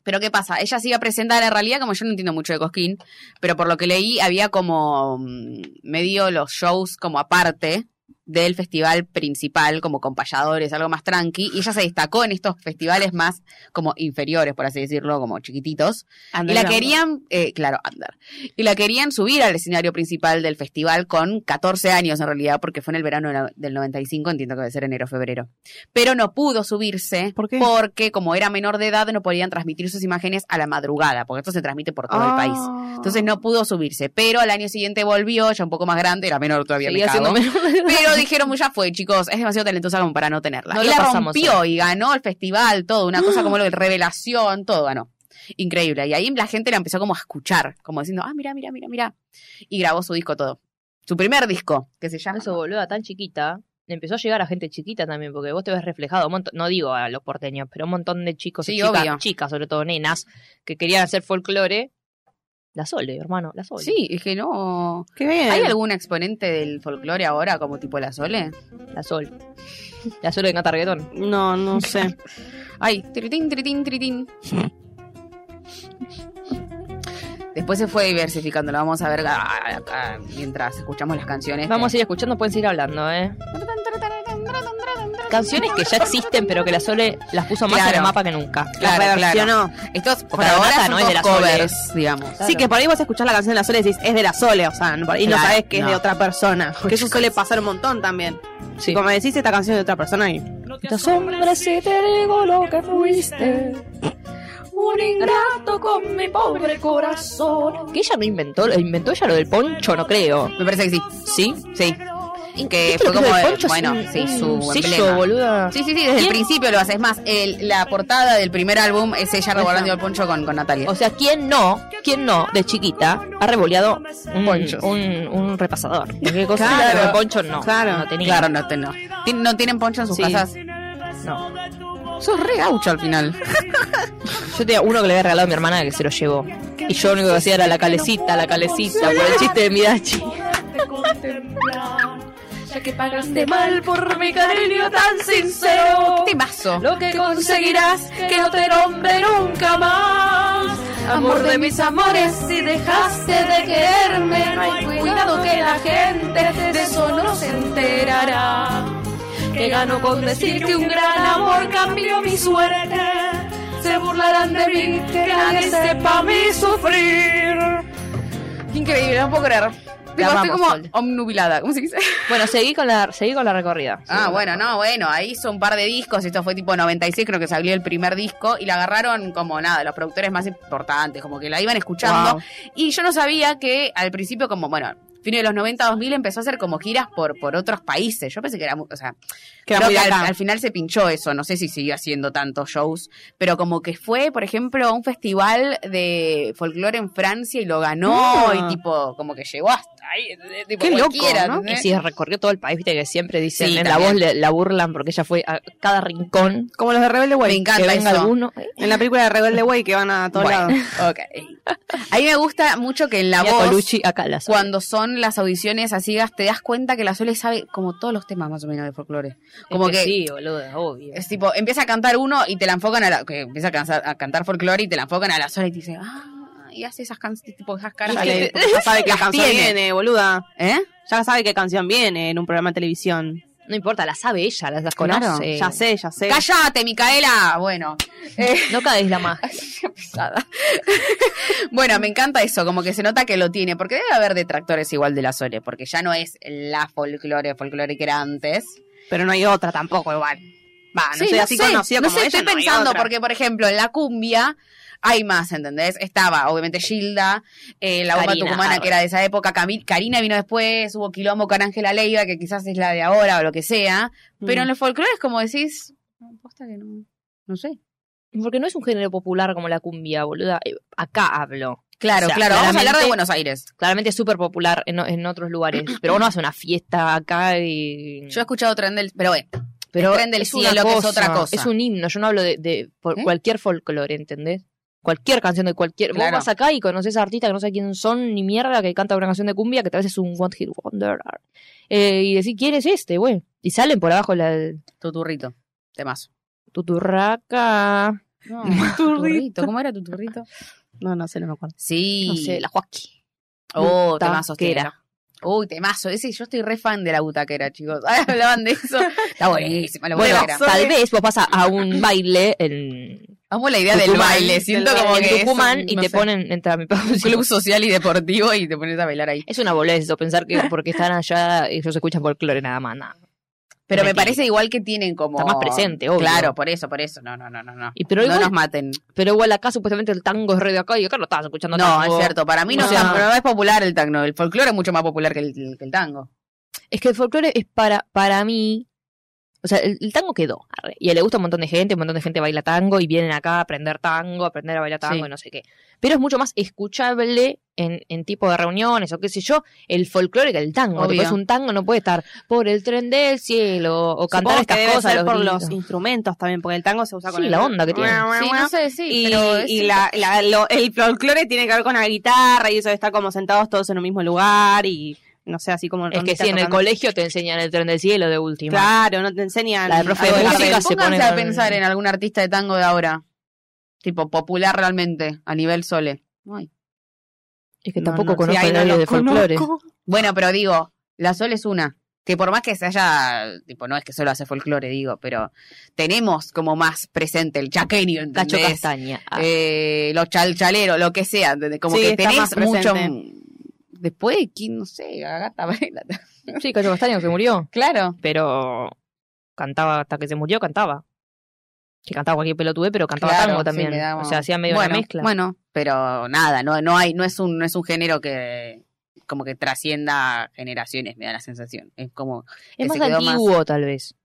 [SPEAKER 1] Pero ¿qué pasa? Ella sigue presentada en la realidad, como yo no entiendo mucho de Cosquín, pero por lo que leí había como mm, medio los shows como aparte del festival principal, como con payadores, algo más tranqui, y ella se destacó en estos festivales más como inferiores, por así decirlo, como chiquititos. Y la querían, eh, claro, andar. Y la querían subir al escenario principal del festival con 14 años en realidad, porque fue en el verano de la- del 95, entiendo que debe ser enero, febrero. Pero no pudo subirse
[SPEAKER 4] ¿Por qué?
[SPEAKER 1] porque como era menor de edad no podían transmitir sus imágenes a la madrugada, porque esto se transmite por todo el país.
[SPEAKER 4] Ah.
[SPEAKER 2] Ah.
[SPEAKER 1] Entonces no pudo subirse, pero al año siguiente volvió, ya un poco más grande, era menor todavía, me
[SPEAKER 3] Seguía
[SPEAKER 1] cago.
[SPEAKER 3] siendo menor de edad.
[SPEAKER 1] Pero dijeron, "Pues ya fue, chicos, es demasiado talentosa como para no tenerla.
[SPEAKER 3] No
[SPEAKER 1] y
[SPEAKER 3] lo
[SPEAKER 1] la
[SPEAKER 3] pasamos,
[SPEAKER 1] rompió y ganó el festival, todo, una cosa como lo de revelación, todo ganó. Increíble. Y ahí la gente la empezó como a escuchar, como diciendo, ah, mira, mira, mira, mira. Y grabó su disco todo. Su primer disco, que se llama.
[SPEAKER 3] Eso, boluda, tan chiquita. Empezó a llegar a gente chiquita también, porque vos te ves reflejado, un montón- no digo a los porteños, pero un montón de chicos y
[SPEAKER 1] Sí,
[SPEAKER 3] chicas,
[SPEAKER 1] obvio.
[SPEAKER 3] chicas, sobre todo nenas, que querían hacer folclore La Sole, hermano, la Sole.
[SPEAKER 1] Sí, es que no.
[SPEAKER 2] Qué bien.
[SPEAKER 1] ¿Hay algún exponente del folclore ahora, como tipo la Sole?
[SPEAKER 3] La Sole. La Sole de canta reggaetón.
[SPEAKER 2] No, no sé.
[SPEAKER 1] Ay, tritín, tritín, tritín. Después se fue diversificando, lo vamos a ver ah, acá, mientras escuchamos las canciones.
[SPEAKER 3] Vamos a ir escuchando, pueden seguir hablando, ¿eh? Canciones que ya existen, pero que la Sole las puso más en
[SPEAKER 1] Claro.
[SPEAKER 3] el mapa que nunca.
[SPEAKER 1] Claro, claro.
[SPEAKER 2] Reversionó.
[SPEAKER 1] Estos por
[SPEAKER 3] Porque la
[SPEAKER 1] ahora
[SPEAKER 3] nata
[SPEAKER 1] son
[SPEAKER 3] no es de
[SPEAKER 1] todos
[SPEAKER 3] la Sole.
[SPEAKER 1] covers, digamos.
[SPEAKER 2] Sí, que por ahí vos escuchás la canción de la Sole y decís, es de la Sole, o sea, por ahí no
[SPEAKER 1] Claro,
[SPEAKER 2] sabés que
[SPEAKER 1] no.
[SPEAKER 2] es de otra persona. Que eso suele pasar un montón también.
[SPEAKER 3] Sí.
[SPEAKER 2] Como decís, esta canción es de otra persona y...
[SPEAKER 3] Te asombras si te digo lo que fuiste. Un ingrato con mi pobre corazón. Que ella no inventó, inventó ella lo del poncho, no creo.
[SPEAKER 1] Me parece que sí.
[SPEAKER 3] ¿Sí?
[SPEAKER 1] Sí. Que
[SPEAKER 3] ¿Viste
[SPEAKER 1] Eh, fue
[SPEAKER 3] lo
[SPEAKER 1] como,
[SPEAKER 3] es el
[SPEAKER 1] el-
[SPEAKER 3] poncho? Es
[SPEAKER 1] bueno,
[SPEAKER 3] un-
[SPEAKER 1] sí, su
[SPEAKER 3] un sello,
[SPEAKER 1] emblema.
[SPEAKER 3] boluda.
[SPEAKER 1] Sí, sí, sí, desde el
[SPEAKER 3] ¿Quién?
[SPEAKER 1] principio lo haces. más, el- la portada del primer álbum es ella revolando el poncho con, con Natalia.
[SPEAKER 3] O sea, ¿quién no, quién no, de chiquita, ha revoleado un,
[SPEAKER 1] Ponchos.
[SPEAKER 3] un, un repasador? Porque cosas
[SPEAKER 1] Claro.
[SPEAKER 3] de poncho no,
[SPEAKER 2] Claro.
[SPEAKER 3] no tenía.
[SPEAKER 1] claro, no, te- no. Tien- no tienen poncho en sus
[SPEAKER 3] Sí.
[SPEAKER 1] casas.
[SPEAKER 3] No.
[SPEAKER 1] Sos re gaucho al final.
[SPEAKER 3] Yo tenía uno que le había regalado a mi hermana que se lo llevó. Y yo lo único que hacía era la calecita, la calecita, por el chiste de Midachi.
[SPEAKER 4] Ya que pagaste mal por mi cariño tan sincero.
[SPEAKER 1] Temazo.
[SPEAKER 4] Lo que conseguirás que no te nombre nunca más. Amor de mis amores, si dejaste de quererme, no hay cuidado que la gente de eso no se enterará. Que gano con decir que un gran amor cambió mi suerte. Se burlarán de mí, que nadie sepa mi sufrir.
[SPEAKER 1] Increíble, no puedo creer. Digo, estoy
[SPEAKER 3] amamos,
[SPEAKER 1] como
[SPEAKER 3] Sol.
[SPEAKER 1] omnubilada. ¿Cómo se dice?
[SPEAKER 3] Bueno, seguí con la, seguí con la recorrida.
[SPEAKER 1] Ah, bueno, no, bueno, ahí hizo un par de discos, esto fue tipo 96, creo que salió el primer disco, y la agarraron como nada, los productores más importantes, como que la iban escuchando,
[SPEAKER 2] Wow.
[SPEAKER 1] y yo no sabía que al principio como, bueno, fines de los 90, 2000 empezó a hacer como giras por, por otros países, yo pensé que era, mu- o sea,
[SPEAKER 2] Que era
[SPEAKER 1] creo
[SPEAKER 2] muy
[SPEAKER 1] que
[SPEAKER 2] de
[SPEAKER 1] al,
[SPEAKER 2] acá.
[SPEAKER 1] al final se pinchó eso, no sé si siguió haciendo tantos shows, pero como que fue, por ejemplo, a un festival de folclore en Francia y lo ganó,
[SPEAKER 2] Ah.
[SPEAKER 1] y tipo, como que llegó hasta ahí, eh, tipo,
[SPEAKER 2] Qué loco,
[SPEAKER 1] cualquiera,
[SPEAKER 2] ¿no?
[SPEAKER 3] Y
[SPEAKER 1] ¿entendés?
[SPEAKER 3] sí, recorrió todo el país, viste que siempre dicen,
[SPEAKER 1] Sí,
[SPEAKER 3] en la voz
[SPEAKER 1] también.
[SPEAKER 3] le- la burlan porque ella fue a cada rincón.
[SPEAKER 2] Como los de Rebelde
[SPEAKER 1] Me
[SPEAKER 2] Way.
[SPEAKER 1] encanta
[SPEAKER 3] que venga
[SPEAKER 1] eso.
[SPEAKER 3] alguno. eh,
[SPEAKER 2] En la película de Rebelde Way que van a todos
[SPEAKER 1] Bueno,
[SPEAKER 2] lados.
[SPEAKER 1] ok. A mí me gusta mucho que en la
[SPEAKER 3] Mia
[SPEAKER 1] voz,
[SPEAKER 3] Colucci acá la sola.
[SPEAKER 1] cuando son las audiciones así, te das cuenta que la Sole sabe como todos los temas más o menos de folclore. Como
[SPEAKER 3] Es
[SPEAKER 1] que,
[SPEAKER 3] sí, boluda, obvio.
[SPEAKER 1] es tipo, empieza a cantar uno y te la enfocan a la. Que empieza a, cansar- a cantar folclore y te la enfocan a la Sole y te dice, ah, y hace esas canciones, tipo esas caras.
[SPEAKER 2] Ya,
[SPEAKER 1] de-
[SPEAKER 2] le- porque ya sabe qué canción
[SPEAKER 1] tiene.
[SPEAKER 2] viene, boluda.
[SPEAKER 1] ¿Eh?
[SPEAKER 2] Ya sabe qué canción viene en un programa de televisión.
[SPEAKER 3] No importa, la sabe ella, las, las
[SPEAKER 1] Claro,
[SPEAKER 3] conoce.
[SPEAKER 2] Ya sé, ya sé.
[SPEAKER 1] ¡Cállate, Micaela! Bueno. Eh,
[SPEAKER 3] No caes la más.
[SPEAKER 1] pesada. bueno, me encanta eso, como que se nota que lo tiene, porque debe haber detractores igual de la Sole, porque ya no es la folclore, folclore que era antes.
[SPEAKER 2] Pero no hay otra tampoco igual. Va, Ah, no
[SPEAKER 1] Sí,
[SPEAKER 2] sé, así conocido
[SPEAKER 1] no
[SPEAKER 2] como
[SPEAKER 1] sé,
[SPEAKER 2] ella,
[SPEAKER 1] estoy
[SPEAKER 2] no hay
[SPEAKER 1] pensando,
[SPEAKER 2] otra.
[SPEAKER 1] porque por ejemplo, en la cumbia hay más, ¿entendés? Estaba, obviamente, Gilda, eh, la bomba
[SPEAKER 3] Karina,
[SPEAKER 1] tucumana
[SPEAKER 3] arre.
[SPEAKER 1] que era de esa época, Cami- Karina vino después, hubo Quilombo con Ángela Leiva, que quizás es la de ahora o lo que sea, pero
[SPEAKER 2] Mm.
[SPEAKER 1] en los folclores, como decís, no, posta que no, no sé.
[SPEAKER 3] Porque no es un género popular como la cumbia, boluda. Eh, Acá hablo.
[SPEAKER 1] Claro,
[SPEAKER 3] O sea,
[SPEAKER 1] claro, vamos a hablar de
[SPEAKER 3] claramente-
[SPEAKER 1] Buenos Aires.
[SPEAKER 3] Claramente es súper popular en, o- en otros lugares. Pero uno hace una fiesta acá y.
[SPEAKER 1] Yo he escuchado Tren del, pero bueno,
[SPEAKER 3] pero
[SPEAKER 1] el Tren del
[SPEAKER 3] una
[SPEAKER 1] Cielo, que es otra cosa.
[SPEAKER 3] Es un himno. Yo no hablo de, de por-
[SPEAKER 1] ¿Eh?
[SPEAKER 3] cualquier folclore, ¿entendés? Cualquier canción de cualquier.
[SPEAKER 1] Claro.
[SPEAKER 3] Vos vas acá y conoces a artistas que no sé quién son ni mierda que canta una canción de cumbia que tal vez es un One Hit Wonder. Eh, y decís, ¿quién es este, güey? Y salen por abajo la
[SPEAKER 1] tuturrito, temazo.
[SPEAKER 3] tuturraca.
[SPEAKER 1] tuturrito, ¿cómo era tuturrito?
[SPEAKER 2] No, no sé, no me acuerdo.
[SPEAKER 1] Sí.
[SPEAKER 3] No sé, la Joaquín.
[SPEAKER 1] Oh,
[SPEAKER 3] Butaquera.
[SPEAKER 1] temazos tiene, ¿no? Uy, temazo. Ese, yo estoy re fan de la butaquera, chicos. Ay, hablaban de eso. Está buenísima la
[SPEAKER 3] Bueno,
[SPEAKER 1] butaquera.
[SPEAKER 3] tal vez vos vas a, a un baile en,
[SPEAKER 1] Amo la idea
[SPEAKER 2] Tucumán,
[SPEAKER 1] del baile. Siento
[SPEAKER 2] del
[SPEAKER 1] como
[SPEAKER 3] en
[SPEAKER 1] que es
[SPEAKER 3] Tucumán
[SPEAKER 1] un,
[SPEAKER 3] y
[SPEAKER 1] no
[SPEAKER 3] te
[SPEAKER 1] sé,
[SPEAKER 3] ponen entre mi
[SPEAKER 1] un club social y deportivo y te pones a bailar ahí.
[SPEAKER 3] Es una boludez eso, pensar que porque están allá ellos escuchan folclore nada más. nada.
[SPEAKER 1] Pero me
[SPEAKER 3] Mentira.
[SPEAKER 1] parece igual que tienen como.
[SPEAKER 3] Está más presente, obvio.
[SPEAKER 1] Claro, por eso, por eso. No, no, no, no. No,
[SPEAKER 3] Y pero
[SPEAKER 1] No
[SPEAKER 3] igual,
[SPEAKER 1] nos maten.
[SPEAKER 3] pero igual acá supuestamente el tango es re de acá y acá no estabas escuchando
[SPEAKER 1] No,
[SPEAKER 3] tango.
[SPEAKER 1] es cierto. Para mí no,
[SPEAKER 3] O sea-
[SPEAKER 1] es tan- no es popular el tango. El folclore es mucho más popular que el, que el tango.
[SPEAKER 3] Es que el folclore es para, para mí O sea, el, el tango quedó. arre. Y le gusta a un montón de gente, un montón de gente baila tango y vienen acá a aprender tango, a aprender a bailar tango
[SPEAKER 1] Sí.
[SPEAKER 3] y no sé qué. Pero es mucho más escuchable en, en tipo de reuniones o qué sé yo, el folclore que el tango.
[SPEAKER 1] Obvio.
[SPEAKER 3] Tipo, es un tango, no puede estar por el tren del cielo o
[SPEAKER 2] Supongo
[SPEAKER 3] cantar
[SPEAKER 2] que
[SPEAKER 3] estas
[SPEAKER 2] debe
[SPEAKER 3] cosas.
[SPEAKER 2] ser
[SPEAKER 3] los
[SPEAKER 2] por
[SPEAKER 3] gritos.
[SPEAKER 2] los instrumentos también, porque el tango se usa
[SPEAKER 3] Sí,
[SPEAKER 2] con el-
[SPEAKER 3] la onda que tiene.
[SPEAKER 1] Sí, no sé, sí,
[SPEAKER 2] Y,
[SPEAKER 1] pero es
[SPEAKER 2] y la- la- lo- el folclore tiene que ver con la guitarra y eso de estar como sentados todos en un mismo lugar y no sé, así como...
[SPEAKER 3] Es que
[SPEAKER 2] rondita
[SPEAKER 3] sí, en el
[SPEAKER 2] tocando.
[SPEAKER 3] colegio te enseñan el tren del cielo de última.
[SPEAKER 2] Claro, no te enseñan...
[SPEAKER 3] La de profe
[SPEAKER 2] algo
[SPEAKER 3] de
[SPEAKER 2] jardín.
[SPEAKER 3] música.
[SPEAKER 1] Pónganse,
[SPEAKER 3] se pone
[SPEAKER 1] a
[SPEAKER 3] con-
[SPEAKER 1] pensar en algún artista de tango de ahora. Tipo, popular realmente, a nivel sole. No hay.
[SPEAKER 3] Es que
[SPEAKER 2] No,
[SPEAKER 3] tampoco
[SPEAKER 2] no, sí,
[SPEAKER 3] conozco
[SPEAKER 2] ahí
[SPEAKER 3] a
[SPEAKER 2] no
[SPEAKER 3] nadie
[SPEAKER 2] los
[SPEAKER 3] de folclore.
[SPEAKER 2] conozco.
[SPEAKER 1] Bueno, pero digo, la Sol es una. Que por más que se haya, tipo, no es que solo hace folclore, digo, pero tenemos como más presente el chaqueño,
[SPEAKER 3] Cacho
[SPEAKER 1] ¿entendés?
[SPEAKER 3] Castaña. Ah.
[SPEAKER 1] Eh, los chalchaleros, lo que sea, ¿entendés? Como
[SPEAKER 2] Sí,
[SPEAKER 1] que
[SPEAKER 2] está más
[SPEAKER 1] tenés mucho...
[SPEAKER 2] presente.
[SPEAKER 1] Después, ¿quién? No sé, Agata Varela.
[SPEAKER 3] Sí, Cacho Castaña que se murió.
[SPEAKER 1] Claro.
[SPEAKER 3] Pero cantaba hasta que se murió, cantaba. Que cantaba cualquier pelotude, pero cantaba
[SPEAKER 1] Claro,
[SPEAKER 3] tango
[SPEAKER 1] sí,
[SPEAKER 3] también.
[SPEAKER 1] le daba-
[SPEAKER 3] O sea, hacía medio
[SPEAKER 1] bueno,
[SPEAKER 3] una mezcla.
[SPEAKER 1] Bueno, pero nada, no, no hay, no es un, no es un género que como que trascienda generaciones, me da la sensación. Es como que
[SPEAKER 3] es más
[SPEAKER 1] se quedó más-
[SPEAKER 3] antiguo, tal vez.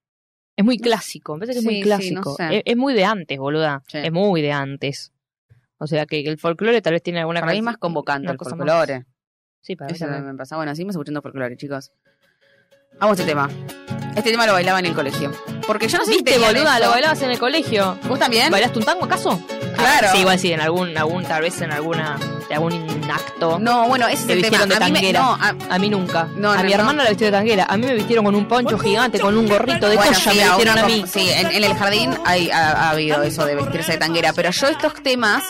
[SPEAKER 3] Es muy clásico. Me parece que es
[SPEAKER 1] Sí,
[SPEAKER 3] muy
[SPEAKER 1] sí, no
[SPEAKER 3] clásico.
[SPEAKER 1] sé.
[SPEAKER 3] es, es muy de antes, boluda.
[SPEAKER 1] Sí.
[SPEAKER 3] Es muy de antes. O sea, que el folclore tal vez tiene alguna
[SPEAKER 1] para mí es
[SPEAKER 3] canci-
[SPEAKER 1] más convocante
[SPEAKER 3] una
[SPEAKER 1] el
[SPEAKER 3] cosa más.
[SPEAKER 1] folclore.
[SPEAKER 3] Sí, para mí
[SPEAKER 1] Eso
[SPEAKER 3] también.
[SPEAKER 1] me pasa. Bueno, seguimos escuchando folclore, chicos. Vamos a este tema. Este tema lo bailaba en el colegio. Porque yo no sé si
[SPEAKER 3] ¿Viste,
[SPEAKER 1] tenían
[SPEAKER 3] boluda?
[SPEAKER 1] esto.
[SPEAKER 3] ¿Lo bailabas en el colegio?
[SPEAKER 1] ¿Vos también?
[SPEAKER 3] ¿Bailaste un tango acaso?
[SPEAKER 1] Claro.
[SPEAKER 3] Sí, igual sí, en algún, algún tal vez en alguna, de algún acto.
[SPEAKER 1] No, bueno, ese es
[SPEAKER 3] Te
[SPEAKER 1] el tema.
[SPEAKER 3] vistieron de
[SPEAKER 1] A mí me-
[SPEAKER 3] tanguera.
[SPEAKER 1] no, a-
[SPEAKER 3] A mí nunca.
[SPEAKER 1] No,
[SPEAKER 3] a
[SPEAKER 1] no,
[SPEAKER 3] mi
[SPEAKER 1] no.
[SPEAKER 3] hermana la vestieron de tanguera. A mí me vistieron con un poncho gigante, con un gorrito de
[SPEAKER 1] Bueno,
[SPEAKER 3] toalla,
[SPEAKER 1] sí,
[SPEAKER 3] me
[SPEAKER 1] a
[SPEAKER 3] vistieron
[SPEAKER 1] una
[SPEAKER 3] a mí.
[SPEAKER 1] co- sí, en, en el jardín hay, ha, ha habido eso de vestirse de tanguera, pero yo estos temas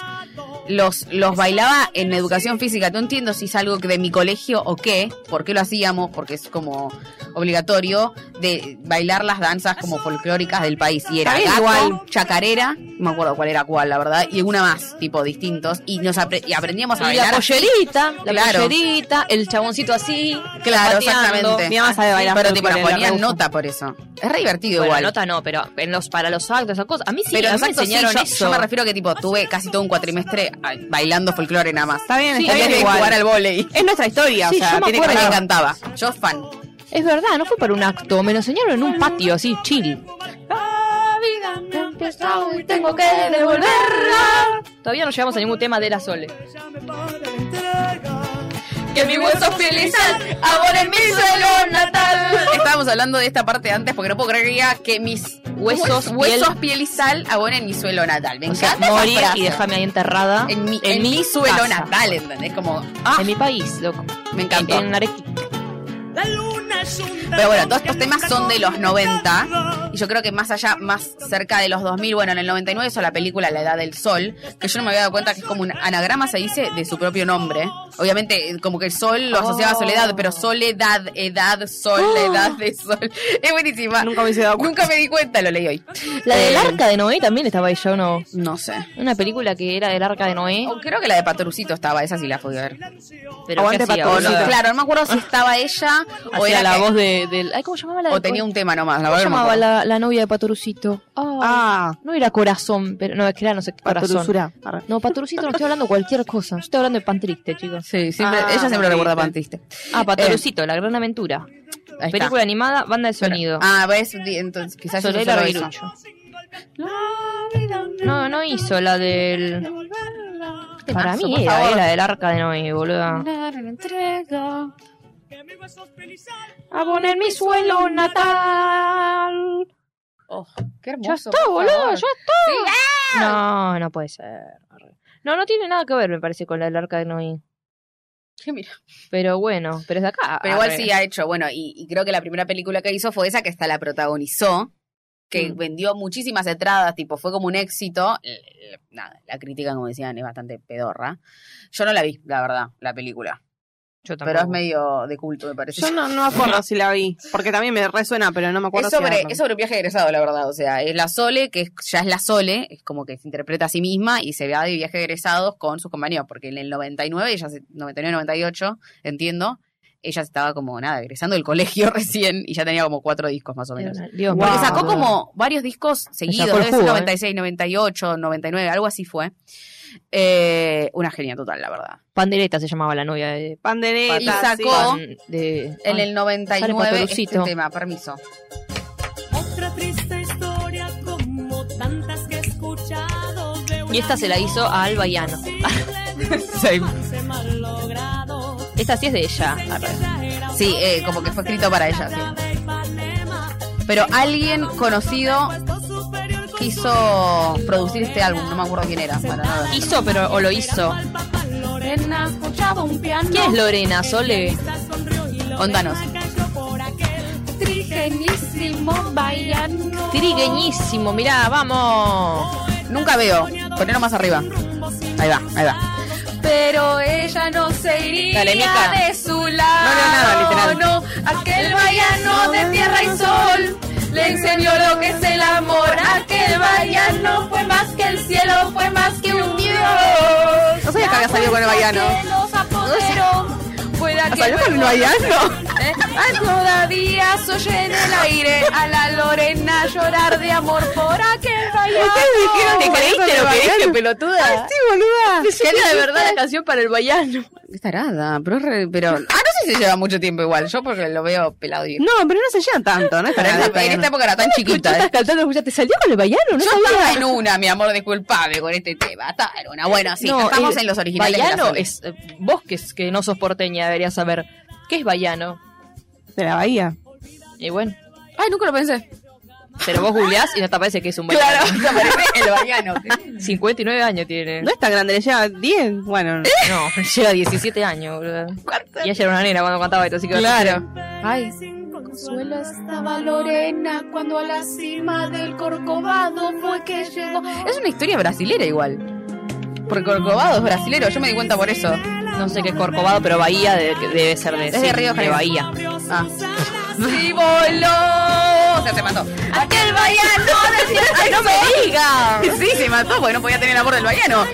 [SPEAKER 1] los, los bailaba en educación física. No entiendo si es algo que de mi colegio o qué, por qué lo hacíamos, porque es como obligatorio de bailar las danzas como folclóricas del país. Y era
[SPEAKER 2] Está bien,
[SPEAKER 1] gato,
[SPEAKER 2] igual.
[SPEAKER 1] chacarera, no me acuerdo cuál era cuál, la verdad, y una más, tipo distintos. Y nos apre- y aprendíamos a
[SPEAKER 3] Y la
[SPEAKER 1] bailar.
[SPEAKER 3] pollerita, la
[SPEAKER 1] Claro.
[SPEAKER 3] pollerita, el chaboncito así.
[SPEAKER 1] Claro,
[SPEAKER 3] zapateando.
[SPEAKER 1] exactamente.
[SPEAKER 2] Mi mamá sabe bailar
[SPEAKER 1] Pero tipo, nos
[SPEAKER 2] folclore, la
[SPEAKER 1] ponían
[SPEAKER 2] rebusco.
[SPEAKER 1] nota por eso. Es re divertido
[SPEAKER 3] Bueno,
[SPEAKER 1] igual.
[SPEAKER 3] nota no, pero en los, para los actos, esas cosas. A mí sí,
[SPEAKER 1] Pero
[SPEAKER 3] a mí me
[SPEAKER 1] exacto, sí,
[SPEAKER 3] enseñaron
[SPEAKER 1] yo,
[SPEAKER 3] eso.
[SPEAKER 1] yo me refiero que tipo tuve casi todo un cuatrimestre ay, bailando folclore nada más.
[SPEAKER 2] Está bien,
[SPEAKER 3] Sí,
[SPEAKER 2] está
[SPEAKER 1] en
[SPEAKER 2] bien
[SPEAKER 1] vez de
[SPEAKER 2] igual.
[SPEAKER 1] jugar al volei.
[SPEAKER 2] Es nuestra historia,
[SPEAKER 3] Sí,
[SPEAKER 2] o sea,
[SPEAKER 3] yo me
[SPEAKER 2] tiene que
[SPEAKER 1] Me
[SPEAKER 3] acuerdo.
[SPEAKER 2] ver-
[SPEAKER 1] encantaba. Yo fan.
[SPEAKER 3] Es verdad, no fue para un acto, me lo enseñaron en un patio así, chill.
[SPEAKER 4] Tengo que devolverla.
[SPEAKER 3] Todavía no llegamos a ningún tema de la Sole.
[SPEAKER 4] Que mi hueso felizal, amor en mi suelo natal.
[SPEAKER 1] Estábamos hablando de esta parte antes porque no puedo creer que diga que mis huesos,
[SPEAKER 3] Huesos,
[SPEAKER 1] huesos, piel y sal abonen mi suelo natal. Me
[SPEAKER 3] O sea,
[SPEAKER 1] encanta esa
[SPEAKER 3] morir
[SPEAKER 1] frase.
[SPEAKER 3] y dejarme ahí enterrada.
[SPEAKER 1] en mi, en mi suelo
[SPEAKER 3] casa.
[SPEAKER 1] natal, ¿entendés? Como, ah,
[SPEAKER 3] En mi país, loco.
[SPEAKER 1] me
[SPEAKER 3] En,
[SPEAKER 1] encantó.
[SPEAKER 3] en Arequipa.
[SPEAKER 1] Pero bueno, todos estos temas son de los 90. Y yo creo que más allá, más cerca de los 2000, bueno, en el 99 hizo la película La Edad del Sol, que yo no me había dado cuenta que es como un anagrama, se dice, de su propio nombre. Obviamente, eh, como que el sol lo asociaba a soledad, pero soledad, edad, sol, la edad de sol. Es buenísima.
[SPEAKER 2] Nunca me hice dado cuenta.
[SPEAKER 1] Nunca me di cuenta, lo leí hoy.
[SPEAKER 3] La del
[SPEAKER 1] Eh,
[SPEAKER 3] arca de Noé también estaba ahí, yo no.
[SPEAKER 1] No sé.
[SPEAKER 3] Una película que era del arca de Noé.
[SPEAKER 1] O Creo que la de Patorucito estaba, esa sí la pude ver.
[SPEAKER 3] Pero
[SPEAKER 2] Aguante
[SPEAKER 3] ¿qué hacía,
[SPEAKER 2] Pato,
[SPEAKER 3] boluda?
[SPEAKER 2] Patorucito. sí,
[SPEAKER 1] Claro, no me acuerdo si estaba ella o
[SPEAKER 3] Hacía
[SPEAKER 1] era
[SPEAKER 3] la
[SPEAKER 1] que-
[SPEAKER 3] voz de, del. Ay, ¿cómo llamaba la
[SPEAKER 1] o tenía un tema nomás. La
[SPEAKER 3] ¿Cómo
[SPEAKER 1] verdad no me
[SPEAKER 3] llamaba
[SPEAKER 1] acuerdo.
[SPEAKER 3] la, la novia de Patorucito? Ay,
[SPEAKER 2] Ah,
[SPEAKER 3] No era corazón, pero no, es que era no sé qué corazón.
[SPEAKER 2] patrusura. Arre.
[SPEAKER 3] No, Patorucito no estoy hablando de cualquier cosa. Yo estoy hablando de pan triste, chicos.
[SPEAKER 1] Sí, siempre,
[SPEAKER 2] Ah,
[SPEAKER 1] ella siempre recuerda
[SPEAKER 2] viste.
[SPEAKER 1] Pan Triste.
[SPEAKER 3] Ah, Patorucito, la gran aventura.
[SPEAKER 1] Ahí está.
[SPEAKER 3] Película animada, banda de sonido.
[SPEAKER 1] Ah, ves, di- entonces quizás yo
[SPEAKER 3] Soledad
[SPEAKER 1] solo eso.
[SPEAKER 3] Berucho. No, no hizo la del. Para
[SPEAKER 1] Temazo,
[SPEAKER 3] mí
[SPEAKER 1] por
[SPEAKER 3] era,
[SPEAKER 1] favor.
[SPEAKER 3] era del arca de Noé, boluda. A poner mi suelo natal.
[SPEAKER 1] Oh, qué
[SPEAKER 3] Ya
[SPEAKER 1] hermoso.
[SPEAKER 3] está,
[SPEAKER 1] por
[SPEAKER 3] boludo, ya
[SPEAKER 1] favor.
[SPEAKER 3] está. ¡ah! No, no puede ser. No, no tiene nada que ver, me parece, con la del arca de Noé.
[SPEAKER 1] Sí, mira.
[SPEAKER 3] Pero bueno, pero es de acá.
[SPEAKER 1] Pero igual
[SPEAKER 3] arre.
[SPEAKER 1] sí ha hecho, bueno, y, y creo que la primera película que hizo fue esa que hasta la protagonizó, que
[SPEAKER 3] Mm.
[SPEAKER 1] vendió muchísimas entradas, tipo, fue como un éxito. L- l- Nada, la crítica, como decían, es bastante pedorra. Yo no la vi, la verdad, la película.
[SPEAKER 3] Yo
[SPEAKER 1] Pero es
[SPEAKER 3] tampoco.
[SPEAKER 1] medio de culto, me parece.
[SPEAKER 2] Yo no, no me acuerdo si la vi, porque también me resuena, pero no me acuerdo
[SPEAKER 1] Es sobre,
[SPEAKER 2] si la
[SPEAKER 1] es sobre un viaje egresado, la verdad. O sea, es la Sole, que es- ya es la Sole, es como que se interpreta a sí misma y se va de viaje egresados con sus compañeros, porque en el 99, ella se- 99, 98, entiendo, ella estaba como nada, egresando del colegio recién y ya tenía como cuatro discos más o menos.
[SPEAKER 3] Dios,
[SPEAKER 2] Wow.
[SPEAKER 1] Porque sacó
[SPEAKER 3] boluda.
[SPEAKER 1] como varios discos seguidos,
[SPEAKER 3] sacó el
[SPEAKER 1] debe ser
[SPEAKER 3] jugo,
[SPEAKER 1] 96, 98, 99, algo así fue. Eh, una genia total, la verdad.
[SPEAKER 3] Pandereta se llamaba la novia de.
[SPEAKER 2] Pandereta,
[SPEAKER 1] Y
[SPEAKER 2] sí.
[SPEAKER 1] sacó-
[SPEAKER 3] pan- de-
[SPEAKER 1] En
[SPEAKER 3] Ay.
[SPEAKER 1] el 99, este
[SPEAKER 3] Patrusito.
[SPEAKER 1] tema, permiso.
[SPEAKER 5] Otra
[SPEAKER 3] Y esta se la hizo a Alba Yano.
[SPEAKER 1] Same.
[SPEAKER 3] Esta sí es de ella. Arre.
[SPEAKER 1] Sí, eh, como que fue escrito para ella, sí. Pero alguien conocido quiso producir este álbum, no me acuerdo quién era. Para nada.
[SPEAKER 3] Hizo, pero o lo hizo. ¿Quién es Lorena? Sole.
[SPEAKER 1] Contanos.
[SPEAKER 3] Trigueñísimo, mirá, vamos.
[SPEAKER 1] Nunca veo. Ponelo más arriba. Ahí va, ahí va. Pero ella no se iría
[SPEAKER 3] Dale, Mica.
[SPEAKER 1] de su lado.
[SPEAKER 4] No leo nada, literal.
[SPEAKER 1] No, aquel vallano de tierra y sol le enseñó lo que es el amor. Aquel vallano fue más que el cielo, fue más que un dios.
[SPEAKER 4] No sabía que había salido con el vallano.
[SPEAKER 1] Ah,
[SPEAKER 4] ¿Salió con el vallano?
[SPEAKER 1] Todavía se oye en el aire a la Lorena llorar de amor por aquel vallano.
[SPEAKER 4] dijeron
[SPEAKER 3] ¿Te creíste lo que dije, pelotuda?
[SPEAKER 4] Sí, boluda.
[SPEAKER 3] Que era de verdad la canción para el bayano.
[SPEAKER 1] Qué tarada, pero, es re- pero... Ah, no sé si lleva mucho tiempo igual, yo porque lo veo pelado y...
[SPEAKER 4] No, pero no se llevan tanto, ¿no? Es
[SPEAKER 1] Pero en,
[SPEAKER 4] para
[SPEAKER 1] esta, en esta época era tan chiquita.
[SPEAKER 4] estás
[SPEAKER 1] ¿eh?
[SPEAKER 4] cantando, ya te salió con el vallano, no
[SPEAKER 1] Yo
[SPEAKER 4] sabía.
[SPEAKER 1] estaba en una, mi amor, disculpame con este tema. Estaba en una. Bueno, sí, estamos
[SPEAKER 3] el
[SPEAKER 1] en los originales. de la
[SPEAKER 3] eh, Bayano
[SPEAKER 1] Sony.
[SPEAKER 3] es. eh, Vos que, es- que no sos porteña, deberías saber. ¿Qué es Bayano?
[SPEAKER 2] De la bahía.
[SPEAKER 3] Y bueno.
[SPEAKER 1] Ay, nunca lo pensé.
[SPEAKER 3] Pero vos googleás y no te aparece que es un Bayano.
[SPEAKER 1] Claro, aparece el bañano.
[SPEAKER 3] 59 años tiene.
[SPEAKER 2] No es tan grande, le lleva 10. Bueno,
[SPEAKER 3] No, lleva 17 años, boludo. Y ella era una nena cuando cantaba esto, así que.
[SPEAKER 1] Claro.
[SPEAKER 5] Ay. Sin consuelo estaba Lorena cuando a la cima del Corcovado fue que llegó.
[SPEAKER 1] Es una historia brasilera igual. Porque Corcovado es brasilero, yo me di cuenta por eso.
[SPEAKER 3] No sé qué es Corcovado, pero Bahía de- que debe ser de.
[SPEAKER 1] Es de Río de
[SPEAKER 3] de
[SPEAKER 1] Janeiro.
[SPEAKER 3] Bahía.
[SPEAKER 1] Ah. Sí, voló. O sea, se mató. Aquel vallano decía ¡Ay, no me diga! Sí, se mató porque no podía tener el amor del vallano.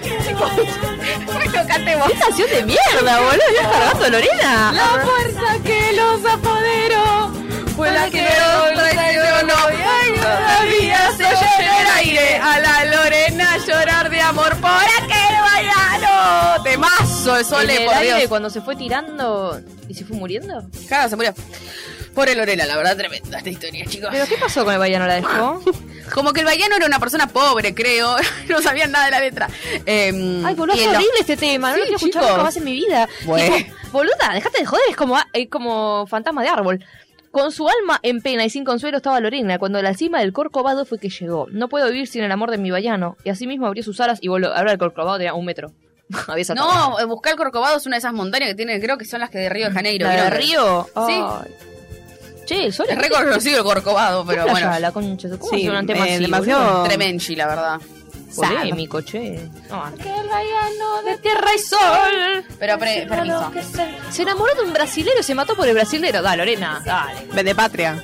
[SPEAKER 1] bueno, cantemos. ¡Qué canción de mierda, boludo! ¿Ya cargando Lorena? La fuerza que los apoderó fue la que los traicionó. Y todavía se oye en el aire a la Lorena llorar de amor por aquel vallano. Temazo, el
[SPEAKER 3] En
[SPEAKER 1] sole,
[SPEAKER 3] el
[SPEAKER 1] por
[SPEAKER 3] aire,
[SPEAKER 1] Dios.
[SPEAKER 3] cuando se fue tirando y se fue muriendo.
[SPEAKER 1] Claro, se murió. Pobre Lorena, la verdad, tremenda esta historia, chicos.
[SPEAKER 3] ¿Pero qué pasó con el Bayano? ¿La dejó?
[SPEAKER 1] Como que el vallano era una persona pobre, creo. No sabían nada de la letra. Eh,
[SPEAKER 3] Ay, boludo,
[SPEAKER 1] y
[SPEAKER 3] es
[SPEAKER 1] en los-
[SPEAKER 3] horrible este tema. No lo
[SPEAKER 1] Sí,
[SPEAKER 3] quiero escuchar
[SPEAKER 1] chicos.
[SPEAKER 3] nunca más en mi vida.
[SPEAKER 1] Bueno.
[SPEAKER 3] Tipo, boluda, dejate de joder, es como, ah, es como fantasma de árbol. Con su alma en pena y sin consuelo estaba Lorena, cuando a la cima del Corcovado fue que llegó. No puedo vivir sin el amor de mi vallano. Y así mismo abrió sus alas y voló. Ahora el Corcovado tenía un metro. Había esa tabla.
[SPEAKER 1] No, eh, buscar el Corcovado es una de esas montañas que tiene, creo que son las que de Río de Janeiro.
[SPEAKER 3] ¿La de
[SPEAKER 1] ¿vieron?
[SPEAKER 3] Río?
[SPEAKER 1] Sí.
[SPEAKER 3] Ay. Che, el sol
[SPEAKER 1] Es reconocido el Corcovado, pero bueno.
[SPEAKER 3] La concha, ¿cómo
[SPEAKER 2] Sí,
[SPEAKER 3] hace un tema
[SPEAKER 2] eh,
[SPEAKER 3] así,
[SPEAKER 2] demasiado-
[SPEAKER 3] boludo?
[SPEAKER 1] Tremenchi, la verdad.
[SPEAKER 3] Polémico, che. No, ah.
[SPEAKER 5] de
[SPEAKER 3] tierra y sol.
[SPEAKER 1] Pero pre- permiso.
[SPEAKER 3] Se enamoró de un brasilero y se mató por el brasilero. Da, Lorena, dale.
[SPEAKER 2] vende patria.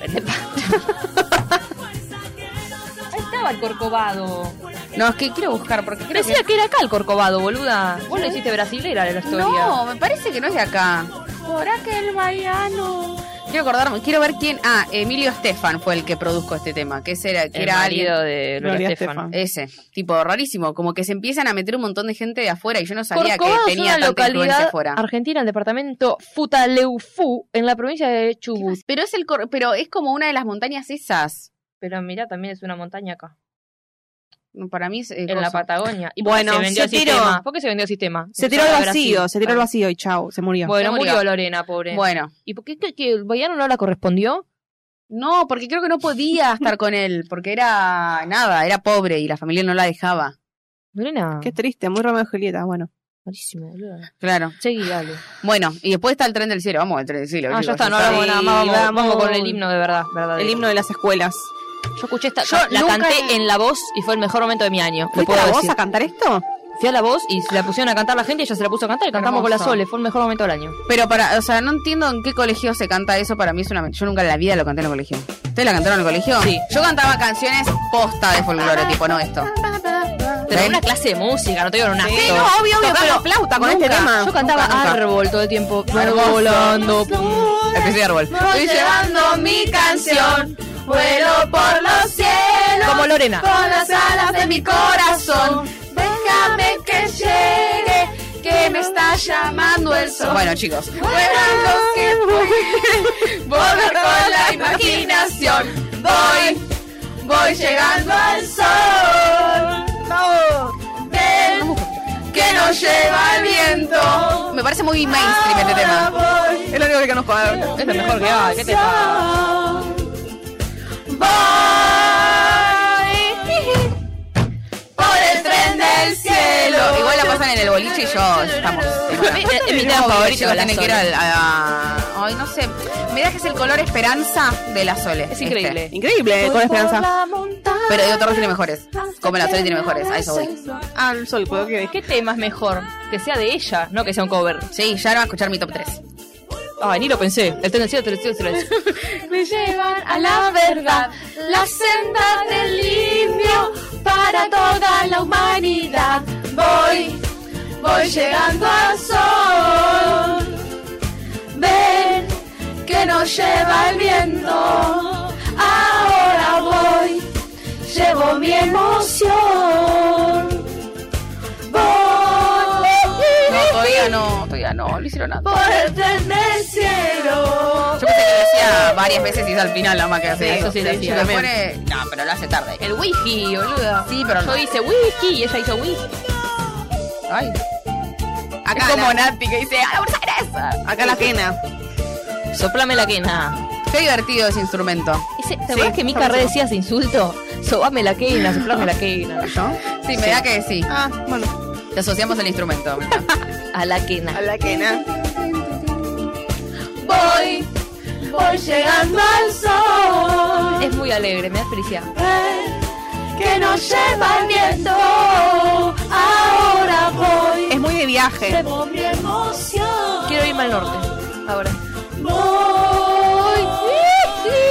[SPEAKER 3] Ahí estaba el corcovado.
[SPEAKER 1] No, es que quiero buscar porque creo
[SPEAKER 3] Decía
[SPEAKER 1] que.
[SPEAKER 3] que era acá el corcovado, boluda. Vos lo hiciste brasilera la historia.
[SPEAKER 1] No, me parece que no es de acá.
[SPEAKER 5] Por aquel vallano.
[SPEAKER 1] Quiero acordarme, quiero ver quién. Ah, Emilio Estefan fue el que produjo este tema, que ese era, que
[SPEAKER 3] El
[SPEAKER 1] era alguien-
[SPEAKER 3] marido de Gloria,
[SPEAKER 2] Gloria Estefan.
[SPEAKER 3] Estefan.
[SPEAKER 1] Ese, tipo rarísimo, como que se empiezan a meter un montón de gente de afuera y yo no sabía
[SPEAKER 3] Corcovado
[SPEAKER 1] que
[SPEAKER 3] es una
[SPEAKER 1] tenía tanta influencia
[SPEAKER 3] localidad
[SPEAKER 1] afuera.
[SPEAKER 3] argentina, el departamento Futaleufú, en la provincia de Chubut.
[SPEAKER 1] Pero es el cor- pero es como una de las montañas esas.
[SPEAKER 3] Pero mira, también es una montaña acá,
[SPEAKER 1] Para mí es eh,
[SPEAKER 3] en la
[SPEAKER 1] cosa.
[SPEAKER 3] Patagonia. ¿Y por qué
[SPEAKER 2] Bueno,
[SPEAKER 3] se vendió
[SPEAKER 2] se
[SPEAKER 3] el
[SPEAKER 2] tiró.
[SPEAKER 3] sistema? ¿Por qué se vendió el sistema?
[SPEAKER 2] Se tiró al
[SPEAKER 3] Empezó a Brasil.
[SPEAKER 2] vacío, se tiró al vacío y chao, se murió.
[SPEAKER 3] Ah. Bueno,
[SPEAKER 1] Se
[SPEAKER 3] murió.
[SPEAKER 1] murió.
[SPEAKER 3] Lorena, pobre.
[SPEAKER 1] Bueno,
[SPEAKER 3] ¿Y por qué que, que el Bayano no la correspondió?
[SPEAKER 1] no, porque creo que no podía estar con él, porque era nada, era pobre y la familia no la dejaba.
[SPEAKER 3] Lorena,
[SPEAKER 2] Qué triste, muy Romeo y Julieta. Bueno,
[SPEAKER 3] malísimo, boluda.
[SPEAKER 1] Claro.
[SPEAKER 3] Seguí, dale.
[SPEAKER 1] Bueno, y después está el tren del cielo, vamos al tren del cielo.
[SPEAKER 3] Ah, ya
[SPEAKER 1] chicos,
[SPEAKER 3] está, no
[SPEAKER 2] está.
[SPEAKER 3] hablamos nada más. Vamos,
[SPEAKER 2] Sí, vamos.
[SPEAKER 3] vamos con el himno de verdad. verdadero.
[SPEAKER 2] el himno de las escuelas.
[SPEAKER 3] Yo escuché esta.
[SPEAKER 1] Yo
[SPEAKER 3] la
[SPEAKER 1] nunca-
[SPEAKER 3] canté en la voz y fue el mejor momento de mi año. Lo
[SPEAKER 2] ¿Fuiste
[SPEAKER 3] puedo
[SPEAKER 2] la voz
[SPEAKER 3] decir.
[SPEAKER 2] a cantar esto?
[SPEAKER 3] Fui a la voz y se la pusieron a cantar la gente y ella se la puso a cantar y cantamos con la
[SPEAKER 1] Hermoso.
[SPEAKER 3] Sole. Fue el mejor momento del año.
[SPEAKER 1] Pero para, o sea, no entiendo en qué colegio se canta eso, para mí es una... men- Yo nunca en la vida lo canté en el colegio. ¿Ustedes la cantaron en el colegio?
[SPEAKER 3] Sí.
[SPEAKER 1] Yo cantaba canciones posta de folclore, tipo, no esto.
[SPEAKER 3] Pero
[SPEAKER 1] ¿Ven?
[SPEAKER 3] una clase de música, no te digo en un acto.
[SPEAKER 1] Sí, no, obvio, obvio,
[SPEAKER 2] Tocamos
[SPEAKER 1] pero
[SPEAKER 2] flauta con este
[SPEAKER 1] nunca.
[SPEAKER 2] tema.
[SPEAKER 3] Yo cantaba
[SPEAKER 1] Nunca, nunca.
[SPEAKER 3] árbol todo el tiempo.
[SPEAKER 1] Hermoso.
[SPEAKER 3] Volando.
[SPEAKER 1] Especie de árbol.
[SPEAKER 5] Voy llevando mi canción, vuelo por los cielos.
[SPEAKER 3] Como Lorena.
[SPEAKER 5] Con las alas de mi corazón, déjame que llegue, que me está llamando el sol.
[SPEAKER 1] Bueno, chicos.
[SPEAKER 5] Vuelan los que volar con la imaginación. Voy, voy llegando al sol.
[SPEAKER 4] lleva el viento.
[SPEAKER 1] Me parece muy mainstream este tema.
[SPEAKER 3] Es lo único que conozco. Es lo mejor que hay. ¿Qué te pasa?
[SPEAKER 4] Por el tren del cielo.
[SPEAKER 1] Igual la pasan en el boliche y yo estamos.
[SPEAKER 3] Es mi tema favorito. la
[SPEAKER 1] tiene que ir al-
[SPEAKER 3] Sole.
[SPEAKER 1] a- Ay, no sé. Mirá que es el color esperanza de la Sole. este.
[SPEAKER 3] Es increíble.
[SPEAKER 2] Increíble,
[SPEAKER 5] Pues
[SPEAKER 2] con esperanza.
[SPEAKER 1] Pero de otros tiene mejores. Como la Sole tiene mejores. A eso voy.
[SPEAKER 2] Ah, el sol, puedo que
[SPEAKER 3] ¿Qué tema es mejor? Que sea de ella, no que sea un cover.
[SPEAKER 1] Sí, ya van a escuchar mi top 3.
[SPEAKER 3] Ay, ni lo pensé. El tren del cielo, el tren del cielo, el tren del cielo.
[SPEAKER 5] Me llevan a la verdad, la senda del indio para toda la humanidad. Voy, voy llegando al sol. Ven que nos lleva el viento. Ahora voy, llevo mi emoción.
[SPEAKER 1] No,
[SPEAKER 5] Voy
[SPEAKER 1] todavía no, todavía no, no hicieron nada.
[SPEAKER 5] por el tren del cielo.
[SPEAKER 1] Yo pensé que lo hacía varias veces y es al final la más que hace
[SPEAKER 3] Sí, eso sí lo hacía.
[SPEAKER 1] Se me pone- No, pero lo hace tarde.
[SPEAKER 3] El whisky, boluda.
[SPEAKER 1] Sí, pero no.
[SPEAKER 3] Yo hice whisky y ella hizo whisky.
[SPEAKER 1] Ay. Acá es como Nati que dice, ¡Ah, Buenos Aires!
[SPEAKER 2] Acá la quena.
[SPEAKER 3] Soplame la quena.
[SPEAKER 1] Qué divertido ese instrumento.
[SPEAKER 3] Ese- ¿Te acuerdas que Mica re decía ese insulto? Sobame la quena, soplame la quena.
[SPEAKER 1] ¿No? Sí, me da que sí.
[SPEAKER 2] Ah, bueno.
[SPEAKER 1] Te asociamos al instrumento.
[SPEAKER 3] A la quena.
[SPEAKER 2] A la quena.
[SPEAKER 5] Voy, voy llegando al sol
[SPEAKER 3] Es muy alegre, me da felicidad.
[SPEAKER 5] eh, que nos lleva el viento. Ahora voy,
[SPEAKER 2] Es muy de viaje.
[SPEAKER 5] llevo mi emoción.
[SPEAKER 3] Quiero irme al norte. Ahora.
[SPEAKER 5] Voy,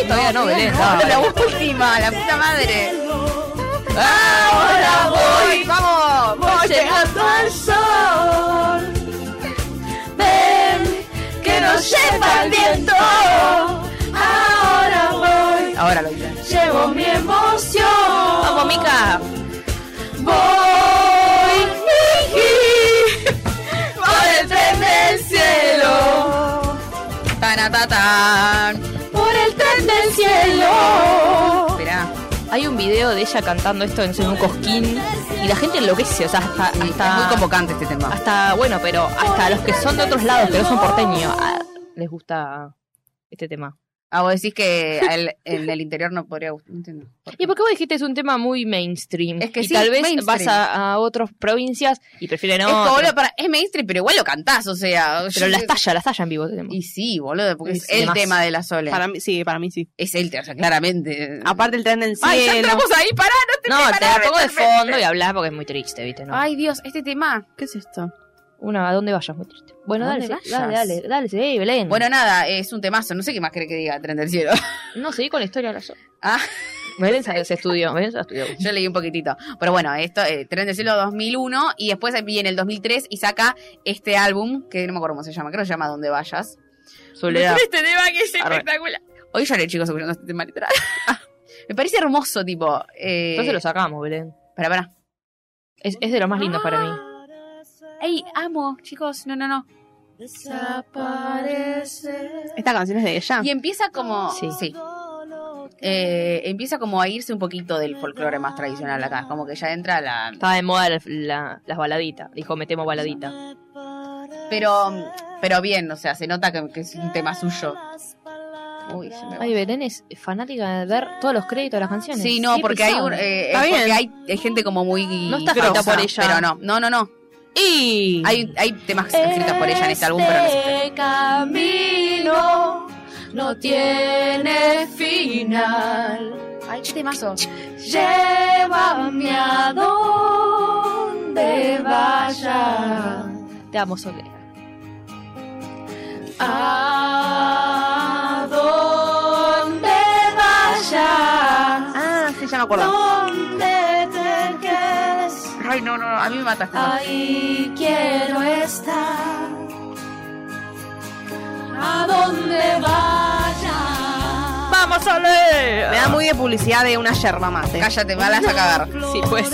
[SPEAKER 3] Todavía no, Belén.
[SPEAKER 1] No,
[SPEAKER 3] dale.
[SPEAKER 1] la última, la puta madre.
[SPEAKER 5] ahora voy,
[SPEAKER 1] ¡Vamos!
[SPEAKER 5] voy llegando al sol. Ven, que nos lleva el viento. Ahora voy,
[SPEAKER 1] Ahora lo hice.
[SPEAKER 5] llevo mi emoción.
[SPEAKER 3] Vamos, Mica.
[SPEAKER 5] Voy por el tren del cielo,
[SPEAKER 1] Tanatatán.
[SPEAKER 5] por el tren del cielo.
[SPEAKER 1] Esperá.
[SPEAKER 3] Hay un video de ella cantando esto en un cosquín y la gente enloquece, o sea, hasta,
[SPEAKER 1] Sí,
[SPEAKER 3] hasta,
[SPEAKER 1] Es muy convocante este tema.
[SPEAKER 3] hasta bueno, pero hasta los que son de otros lados, que no son porteños, ah, les gusta este tema.
[SPEAKER 1] Ah, vos decís que el- en el interior no podría gustar. No entiendo.
[SPEAKER 3] ¿Y por qué vos dijiste es un tema muy mainstream?
[SPEAKER 1] Es que
[SPEAKER 3] y
[SPEAKER 1] sí,
[SPEAKER 3] tal vez
[SPEAKER 1] mainstream.
[SPEAKER 3] vas a, a otras provincias y prefieren
[SPEAKER 1] es, como,
[SPEAKER 3] no.
[SPEAKER 1] boludo, para, es mainstream, pero igual lo cantás, o sea.
[SPEAKER 3] Pero
[SPEAKER 1] yo-
[SPEAKER 3] la estalla, la estalla en vivo tenemos.
[SPEAKER 1] Y sí, boludo, porque
[SPEAKER 3] Y
[SPEAKER 1] es
[SPEAKER 3] sí,
[SPEAKER 1] el
[SPEAKER 3] además.
[SPEAKER 1] tema de la Sole.
[SPEAKER 2] Para mí, sí, para mí sí.
[SPEAKER 1] Es el tema, o sea, claramente.
[SPEAKER 2] Aparte el tren del
[SPEAKER 1] Ay, ya
[SPEAKER 2] cielo.
[SPEAKER 1] entramos ahí, pará, no te
[SPEAKER 3] Ah, No, te
[SPEAKER 1] preparaba
[SPEAKER 3] la pongo de
[SPEAKER 1] mentalmente.
[SPEAKER 3] fondo y Mm. hablas porque es muy triste, ¿viste? No.
[SPEAKER 1] Ay, Dios, este tema.
[SPEAKER 2] ¿Qué es esto?
[SPEAKER 3] Una, ¿a dónde vayas? Muy triste. Bueno,
[SPEAKER 1] ¿A
[SPEAKER 3] dale,
[SPEAKER 1] dónde
[SPEAKER 3] sí, dale,
[SPEAKER 1] vayas?
[SPEAKER 3] dale, dale, sí, Belén.
[SPEAKER 1] Bueno, nada, es un temazo. No sé qué más cree que diga Tren del Cielo.
[SPEAKER 3] no, seguí con la historia de la so-
[SPEAKER 1] Ah,
[SPEAKER 3] Belén se, se estudió, Belén se estudió.
[SPEAKER 1] yo leí un poquitito. Pero bueno, esto, eh, Tren del Cielo 2001. Y después viene el 2003 y saca este álbum, que no me acuerdo cómo se llama. Creo que se llama Donde Vayas.
[SPEAKER 3] Soledad.
[SPEAKER 1] Este tema que es
[SPEAKER 3] Arre.
[SPEAKER 1] espectacular. Hoy lloré, chicos, escuchando este tema literal. Me parece hermoso, tipo. Eh...
[SPEAKER 3] Entonces lo sacamos, Belén.
[SPEAKER 1] Para, para.
[SPEAKER 3] Es, es de los más lindos para mí.
[SPEAKER 1] Ey, amo, chicos. No, no, no.
[SPEAKER 5] Desaparece.
[SPEAKER 2] Esta canción es de ella.
[SPEAKER 1] Y empieza como.
[SPEAKER 3] Sí.
[SPEAKER 1] Ah. sí. Eh, empieza como a irse un poquito del folclore más tradicional acá. Como que ya entra la.
[SPEAKER 3] Estaba de moda la- la- las baladitas. Dijo, metemos baladita.
[SPEAKER 1] Pero, pero bien, o sea, se nota que, que es un tema suyo. Uy, se me va.
[SPEAKER 3] Ay, Belén es fanática de ver todos los créditos de las canciones.
[SPEAKER 1] Sí, no,
[SPEAKER 3] Qué
[SPEAKER 1] porque hay,
[SPEAKER 3] pesado.
[SPEAKER 1] un- eh,
[SPEAKER 2] Está
[SPEAKER 1] eh, porque
[SPEAKER 2] bien.
[SPEAKER 1] hay, hay gente como muy.
[SPEAKER 3] No está
[SPEAKER 1] grosa,
[SPEAKER 3] escrita por ella.
[SPEAKER 1] Pero no, no, no, no.
[SPEAKER 3] Y...
[SPEAKER 1] Hay, hay temas escritos por ella en este álbum, pero no sé.
[SPEAKER 5] Este camino no tiene final.
[SPEAKER 1] Ay, qué temazo.
[SPEAKER 5] Llévame a donde vaya.
[SPEAKER 3] Te amo, Soledad.
[SPEAKER 5] A donde vaya.
[SPEAKER 2] Ah, sí, ya me acuerdo.
[SPEAKER 5] Donde te quedes.
[SPEAKER 1] Ay, no, no, no, a mí me mata este tema.
[SPEAKER 5] Ahí quiero estar. A donde vaya.
[SPEAKER 3] ¡Vamos, Soledad!
[SPEAKER 2] Me da muy de publicidad de una yerba eh. mate.
[SPEAKER 1] Cállate, me la vas a cagar.
[SPEAKER 3] Sí, pues.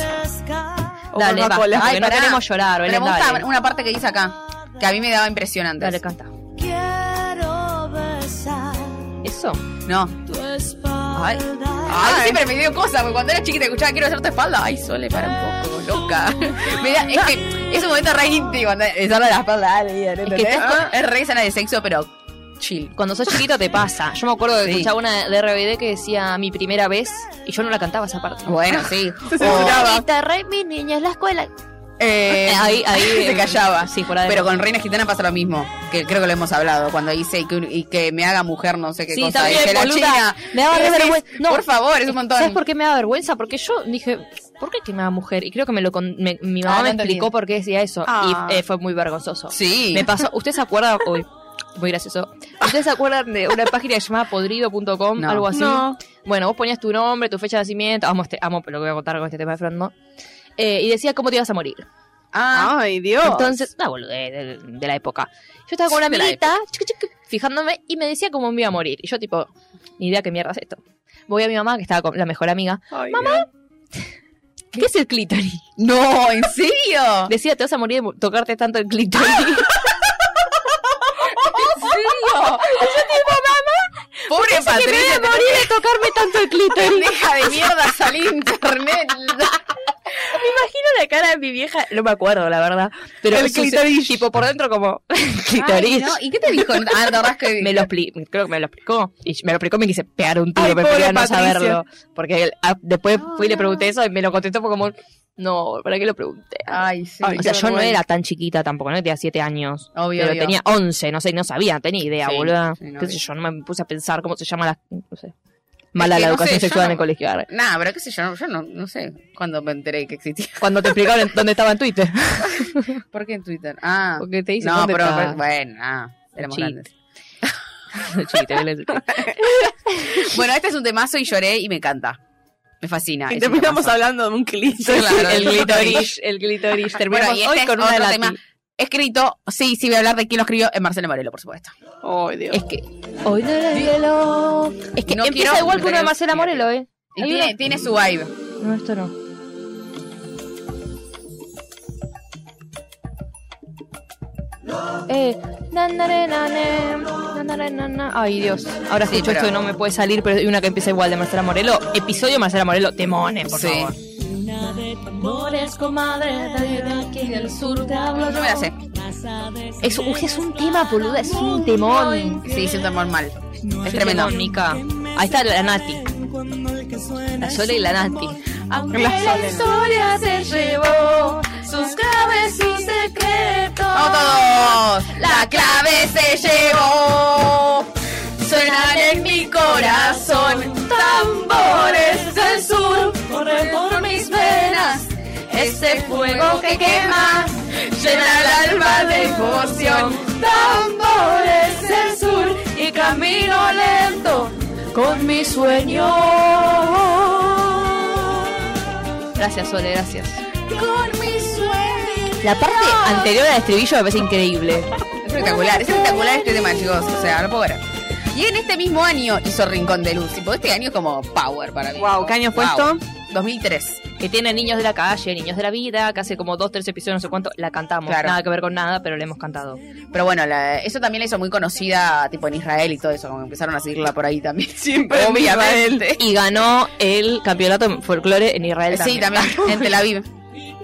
[SPEAKER 2] O
[SPEAKER 3] Dale, va,
[SPEAKER 2] Coca-Cola.
[SPEAKER 3] porque
[SPEAKER 1] Ay,
[SPEAKER 3] no
[SPEAKER 1] pará.
[SPEAKER 3] queremos llorar,
[SPEAKER 1] Pero
[SPEAKER 3] Belén,
[SPEAKER 1] me gusta
[SPEAKER 3] dale.
[SPEAKER 1] una parte que dice acá, que a mí me daba impresionante.
[SPEAKER 3] Dale, canta.
[SPEAKER 5] Quiero besar
[SPEAKER 3] ¿Eso?
[SPEAKER 1] No.
[SPEAKER 5] tu espalda.
[SPEAKER 1] Ay, siempre me dio cosas, porque cuando era chiquita escuchaba quiero hacer tu espalda. Ay, Sole, para un poco, loca. Me da- es que Es un momento re íntimo, ¿no? besarle la espalda a alguien, ¿entendés?
[SPEAKER 3] que estás
[SPEAKER 1] Ah, es re escena de sexo, pero chill.
[SPEAKER 3] Cuando sos chiquito te pasa. Yo me acuerdo de
[SPEAKER 1] Sí.
[SPEAKER 3] escuchar una de RBD que decía mi primera vez y yo no la cantaba esa parte.
[SPEAKER 1] Bueno, sí.
[SPEAKER 4] censuraba.
[SPEAKER 3] Mamita, re, mi niña es la escuela.
[SPEAKER 1] Eh,
[SPEAKER 3] ahí, ahí.
[SPEAKER 1] se
[SPEAKER 3] eh,
[SPEAKER 1] callaba.
[SPEAKER 3] Sí, por adentro.
[SPEAKER 1] Pero con Reina Gitana pasa lo mismo, que creo que lo hemos hablado, cuando dice y que, y que me haga mujer no sé qué
[SPEAKER 3] Sí,
[SPEAKER 1] cosa.
[SPEAKER 3] está bien,
[SPEAKER 1] dice, la
[SPEAKER 3] boluda.
[SPEAKER 1] china.
[SPEAKER 3] Me daba
[SPEAKER 1] Y
[SPEAKER 3] re
[SPEAKER 1] decís,
[SPEAKER 3] vergüenza. No. eh,
[SPEAKER 1] Por favor, es un montón.
[SPEAKER 3] ¿Sabes por qué me da vergüenza? Porque yo dije, ¿por qué que me da mujer? Y creo que me lo con- me- mi mamá
[SPEAKER 1] Ah,
[SPEAKER 3] me
[SPEAKER 1] no entendí.
[SPEAKER 3] explicó por qué decía eso.
[SPEAKER 2] Ah.
[SPEAKER 3] Y eh, fue muy vergonzoso.
[SPEAKER 1] Sí.
[SPEAKER 3] Me pasó, ¿usted se acuerda? Uy, muy gracioso. ¿Ustedes se acuerdan de una página llamada podrido.com?
[SPEAKER 1] No.
[SPEAKER 3] Algo así.
[SPEAKER 2] No.
[SPEAKER 3] Bueno, vos ponías tu nombre, tu fecha de nacimiento. Amo, este- amo lo que voy a contar con este tema de Fran, ¿no? Eh, y decía cómo te ibas a morir.
[SPEAKER 1] Ah,
[SPEAKER 2] Ay, Dios.
[SPEAKER 3] Entonces, ah, boludez de, de la época. Yo estaba con una
[SPEAKER 1] De la
[SPEAKER 3] amiguita, chiqui, chiqui, fijándome, y me decía cómo me iba a morir. Y yo, tipo, ni idea qué mierda es esto. Voy a mi mamá, que estaba con la mejor amiga.
[SPEAKER 2] Mamá.
[SPEAKER 3] ¿Qué es el clítoris?
[SPEAKER 1] no, ¿en serio?
[SPEAKER 3] Decía, te vas a morir de mo- tocarte tanto el clítoris. ¿En serio?
[SPEAKER 1] Pobre Patricia, te-
[SPEAKER 3] morir de tocarme tanto el clítoris.
[SPEAKER 1] deja de mierda salir internet.
[SPEAKER 3] Me imagino la cara de mi vieja, no me acuerdo, la verdad. Pero
[SPEAKER 2] El
[SPEAKER 3] eso sí,
[SPEAKER 2] clitoris.
[SPEAKER 3] Tipo, por dentro, como,
[SPEAKER 1] Ay,
[SPEAKER 3] clítoris.
[SPEAKER 1] no, ¿Y qué te dijo? Ah, la verdad es que
[SPEAKER 3] me lo expli- creo que me lo explicó. Y me lo explicó, me quise pegar un tiro,
[SPEAKER 2] Ay,
[SPEAKER 3] pero
[SPEAKER 2] pobre
[SPEAKER 3] prefería no
[SPEAKER 2] Patricia.
[SPEAKER 3] saberlo. Porque él- ah, después fui y le pregunté eso y me lo contestó fue como, no, ¿para qué lo pregunté? Ah,
[SPEAKER 1] Ay, Ah, sí.
[SPEAKER 2] Ay,
[SPEAKER 3] o sea,
[SPEAKER 2] qué
[SPEAKER 3] yo no
[SPEAKER 2] vergüenza.
[SPEAKER 3] era tan chiquita tampoco, no tenía 7 años.
[SPEAKER 1] Obvio,
[SPEAKER 3] pero
[SPEAKER 1] obvio.
[SPEAKER 3] tenía 11, no sé, no sabía, no tenía idea,
[SPEAKER 1] Sí,
[SPEAKER 3] boluda.
[SPEAKER 1] sí, no,
[SPEAKER 3] qué sé
[SPEAKER 1] obvio.
[SPEAKER 3] yo, no me puse a pensar cómo se llama la, no sé. Mala
[SPEAKER 1] que
[SPEAKER 3] la
[SPEAKER 1] no sé,
[SPEAKER 3] educación
[SPEAKER 1] yo
[SPEAKER 3] sexual
[SPEAKER 1] no-
[SPEAKER 3] en el colegio. arre.
[SPEAKER 1] Nah, pero qué sé yo, yo no, no sé cuándo me enteré que existía.
[SPEAKER 3] Cuando te explicaron dónde estaba en Twitter.
[SPEAKER 1] ¿Por qué en Twitter? Ah,
[SPEAKER 3] Porque te dicen
[SPEAKER 1] no,
[SPEAKER 3] dónde
[SPEAKER 1] pero,
[SPEAKER 3] está.
[SPEAKER 1] pero- bueno, ah, éramos
[SPEAKER 3] Cheat.
[SPEAKER 1] grandes.
[SPEAKER 3] Chiste, él es el-
[SPEAKER 1] Bueno, este es un temazo y lloré y me encanta. Me fascina. es
[SPEAKER 2] Y
[SPEAKER 1] un
[SPEAKER 2] terminamos
[SPEAKER 1] temazo.
[SPEAKER 2] hablando de un clitoris.
[SPEAKER 1] Claro,
[SPEAKER 3] el
[SPEAKER 1] el
[SPEAKER 3] glitterish, el glitterish. Terminamos
[SPEAKER 1] Bueno, y este
[SPEAKER 3] hoy
[SPEAKER 1] es
[SPEAKER 3] con una de
[SPEAKER 1] otro
[SPEAKER 3] las
[SPEAKER 1] tema. Escrito, sí, sí, voy a hablar de quién lo escribió, en Marcelo Morelo, por supuesto.
[SPEAKER 2] Ay, Dios.
[SPEAKER 3] Es que. Hoy no era hielo. Es que
[SPEAKER 1] No
[SPEAKER 3] empieza
[SPEAKER 1] quiero
[SPEAKER 3] igual que uno de
[SPEAKER 1] tener-
[SPEAKER 3] Marcela Morelo, ¿eh?
[SPEAKER 1] Y
[SPEAKER 3] Hay
[SPEAKER 1] tiene,
[SPEAKER 3] uno-
[SPEAKER 1] tiene su vibe.
[SPEAKER 3] No, esto no. Eh, nanare, nane, nanare, nana. Ay, Dios. Ahora
[SPEAKER 1] Sí,
[SPEAKER 3] escucho
[SPEAKER 1] pero-
[SPEAKER 3] esto y no me puede salir, pero hay una que empieza igual de Marcela Morelo. Episodio Marcela Morelo, temones, por
[SPEAKER 1] Sí.
[SPEAKER 3] favor.
[SPEAKER 5] Amores, comadre, de aquí del sur te hablo
[SPEAKER 1] Yo me la sé.
[SPEAKER 3] Es, uy, es un tema, boluda, es un temón.
[SPEAKER 1] Sí, siento amor mal. Es
[SPEAKER 3] Sí,
[SPEAKER 1] tremendo.
[SPEAKER 3] temón, Mica. Ahí está la Nati. La Sole y la Nati.
[SPEAKER 5] Aunque la historia se llevó sus claves, sus secretos.
[SPEAKER 1] Ah, ¡Vamos todos! La clave se llevó. Suenan en mi corazón.
[SPEAKER 5] Tambores del sur corren por mis venas. Ese fuego que quema llena el alma de emoción. Tambores del sur y camino lento con mi sueño.
[SPEAKER 3] Gracias, Sole, gracias.
[SPEAKER 5] Con mi sueño.
[SPEAKER 3] La parte anterior al estribillo me parece increíble.
[SPEAKER 1] Es espectacular, es espectacular este tema, chicos. O sea, no puedo creer. Y en este mismo año hizo Rincón de Luz. Tipo, este año es como power para mí.
[SPEAKER 2] Wow, ¿qué año fue
[SPEAKER 1] Wow.
[SPEAKER 2] esto?
[SPEAKER 1] 2003.
[SPEAKER 3] Que tiene niños de la calle, niños de la vida, que hace como dos, tres episodios, no sé cuánto, la cantamos.
[SPEAKER 1] Claro.
[SPEAKER 3] Nada que ver con nada, pero la hemos cantado.
[SPEAKER 1] Pero bueno, la- eso también la hizo muy conocida, tipo en Israel y todo eso, como empezaron a seguirla por ahí también.
[SPEAKER 2] Siempre en Israel.
[SPEAKER 3] Y ganó el campeonato de folclore en Israel
[SPEAKER 1] Sí, también, en Tel Aviv.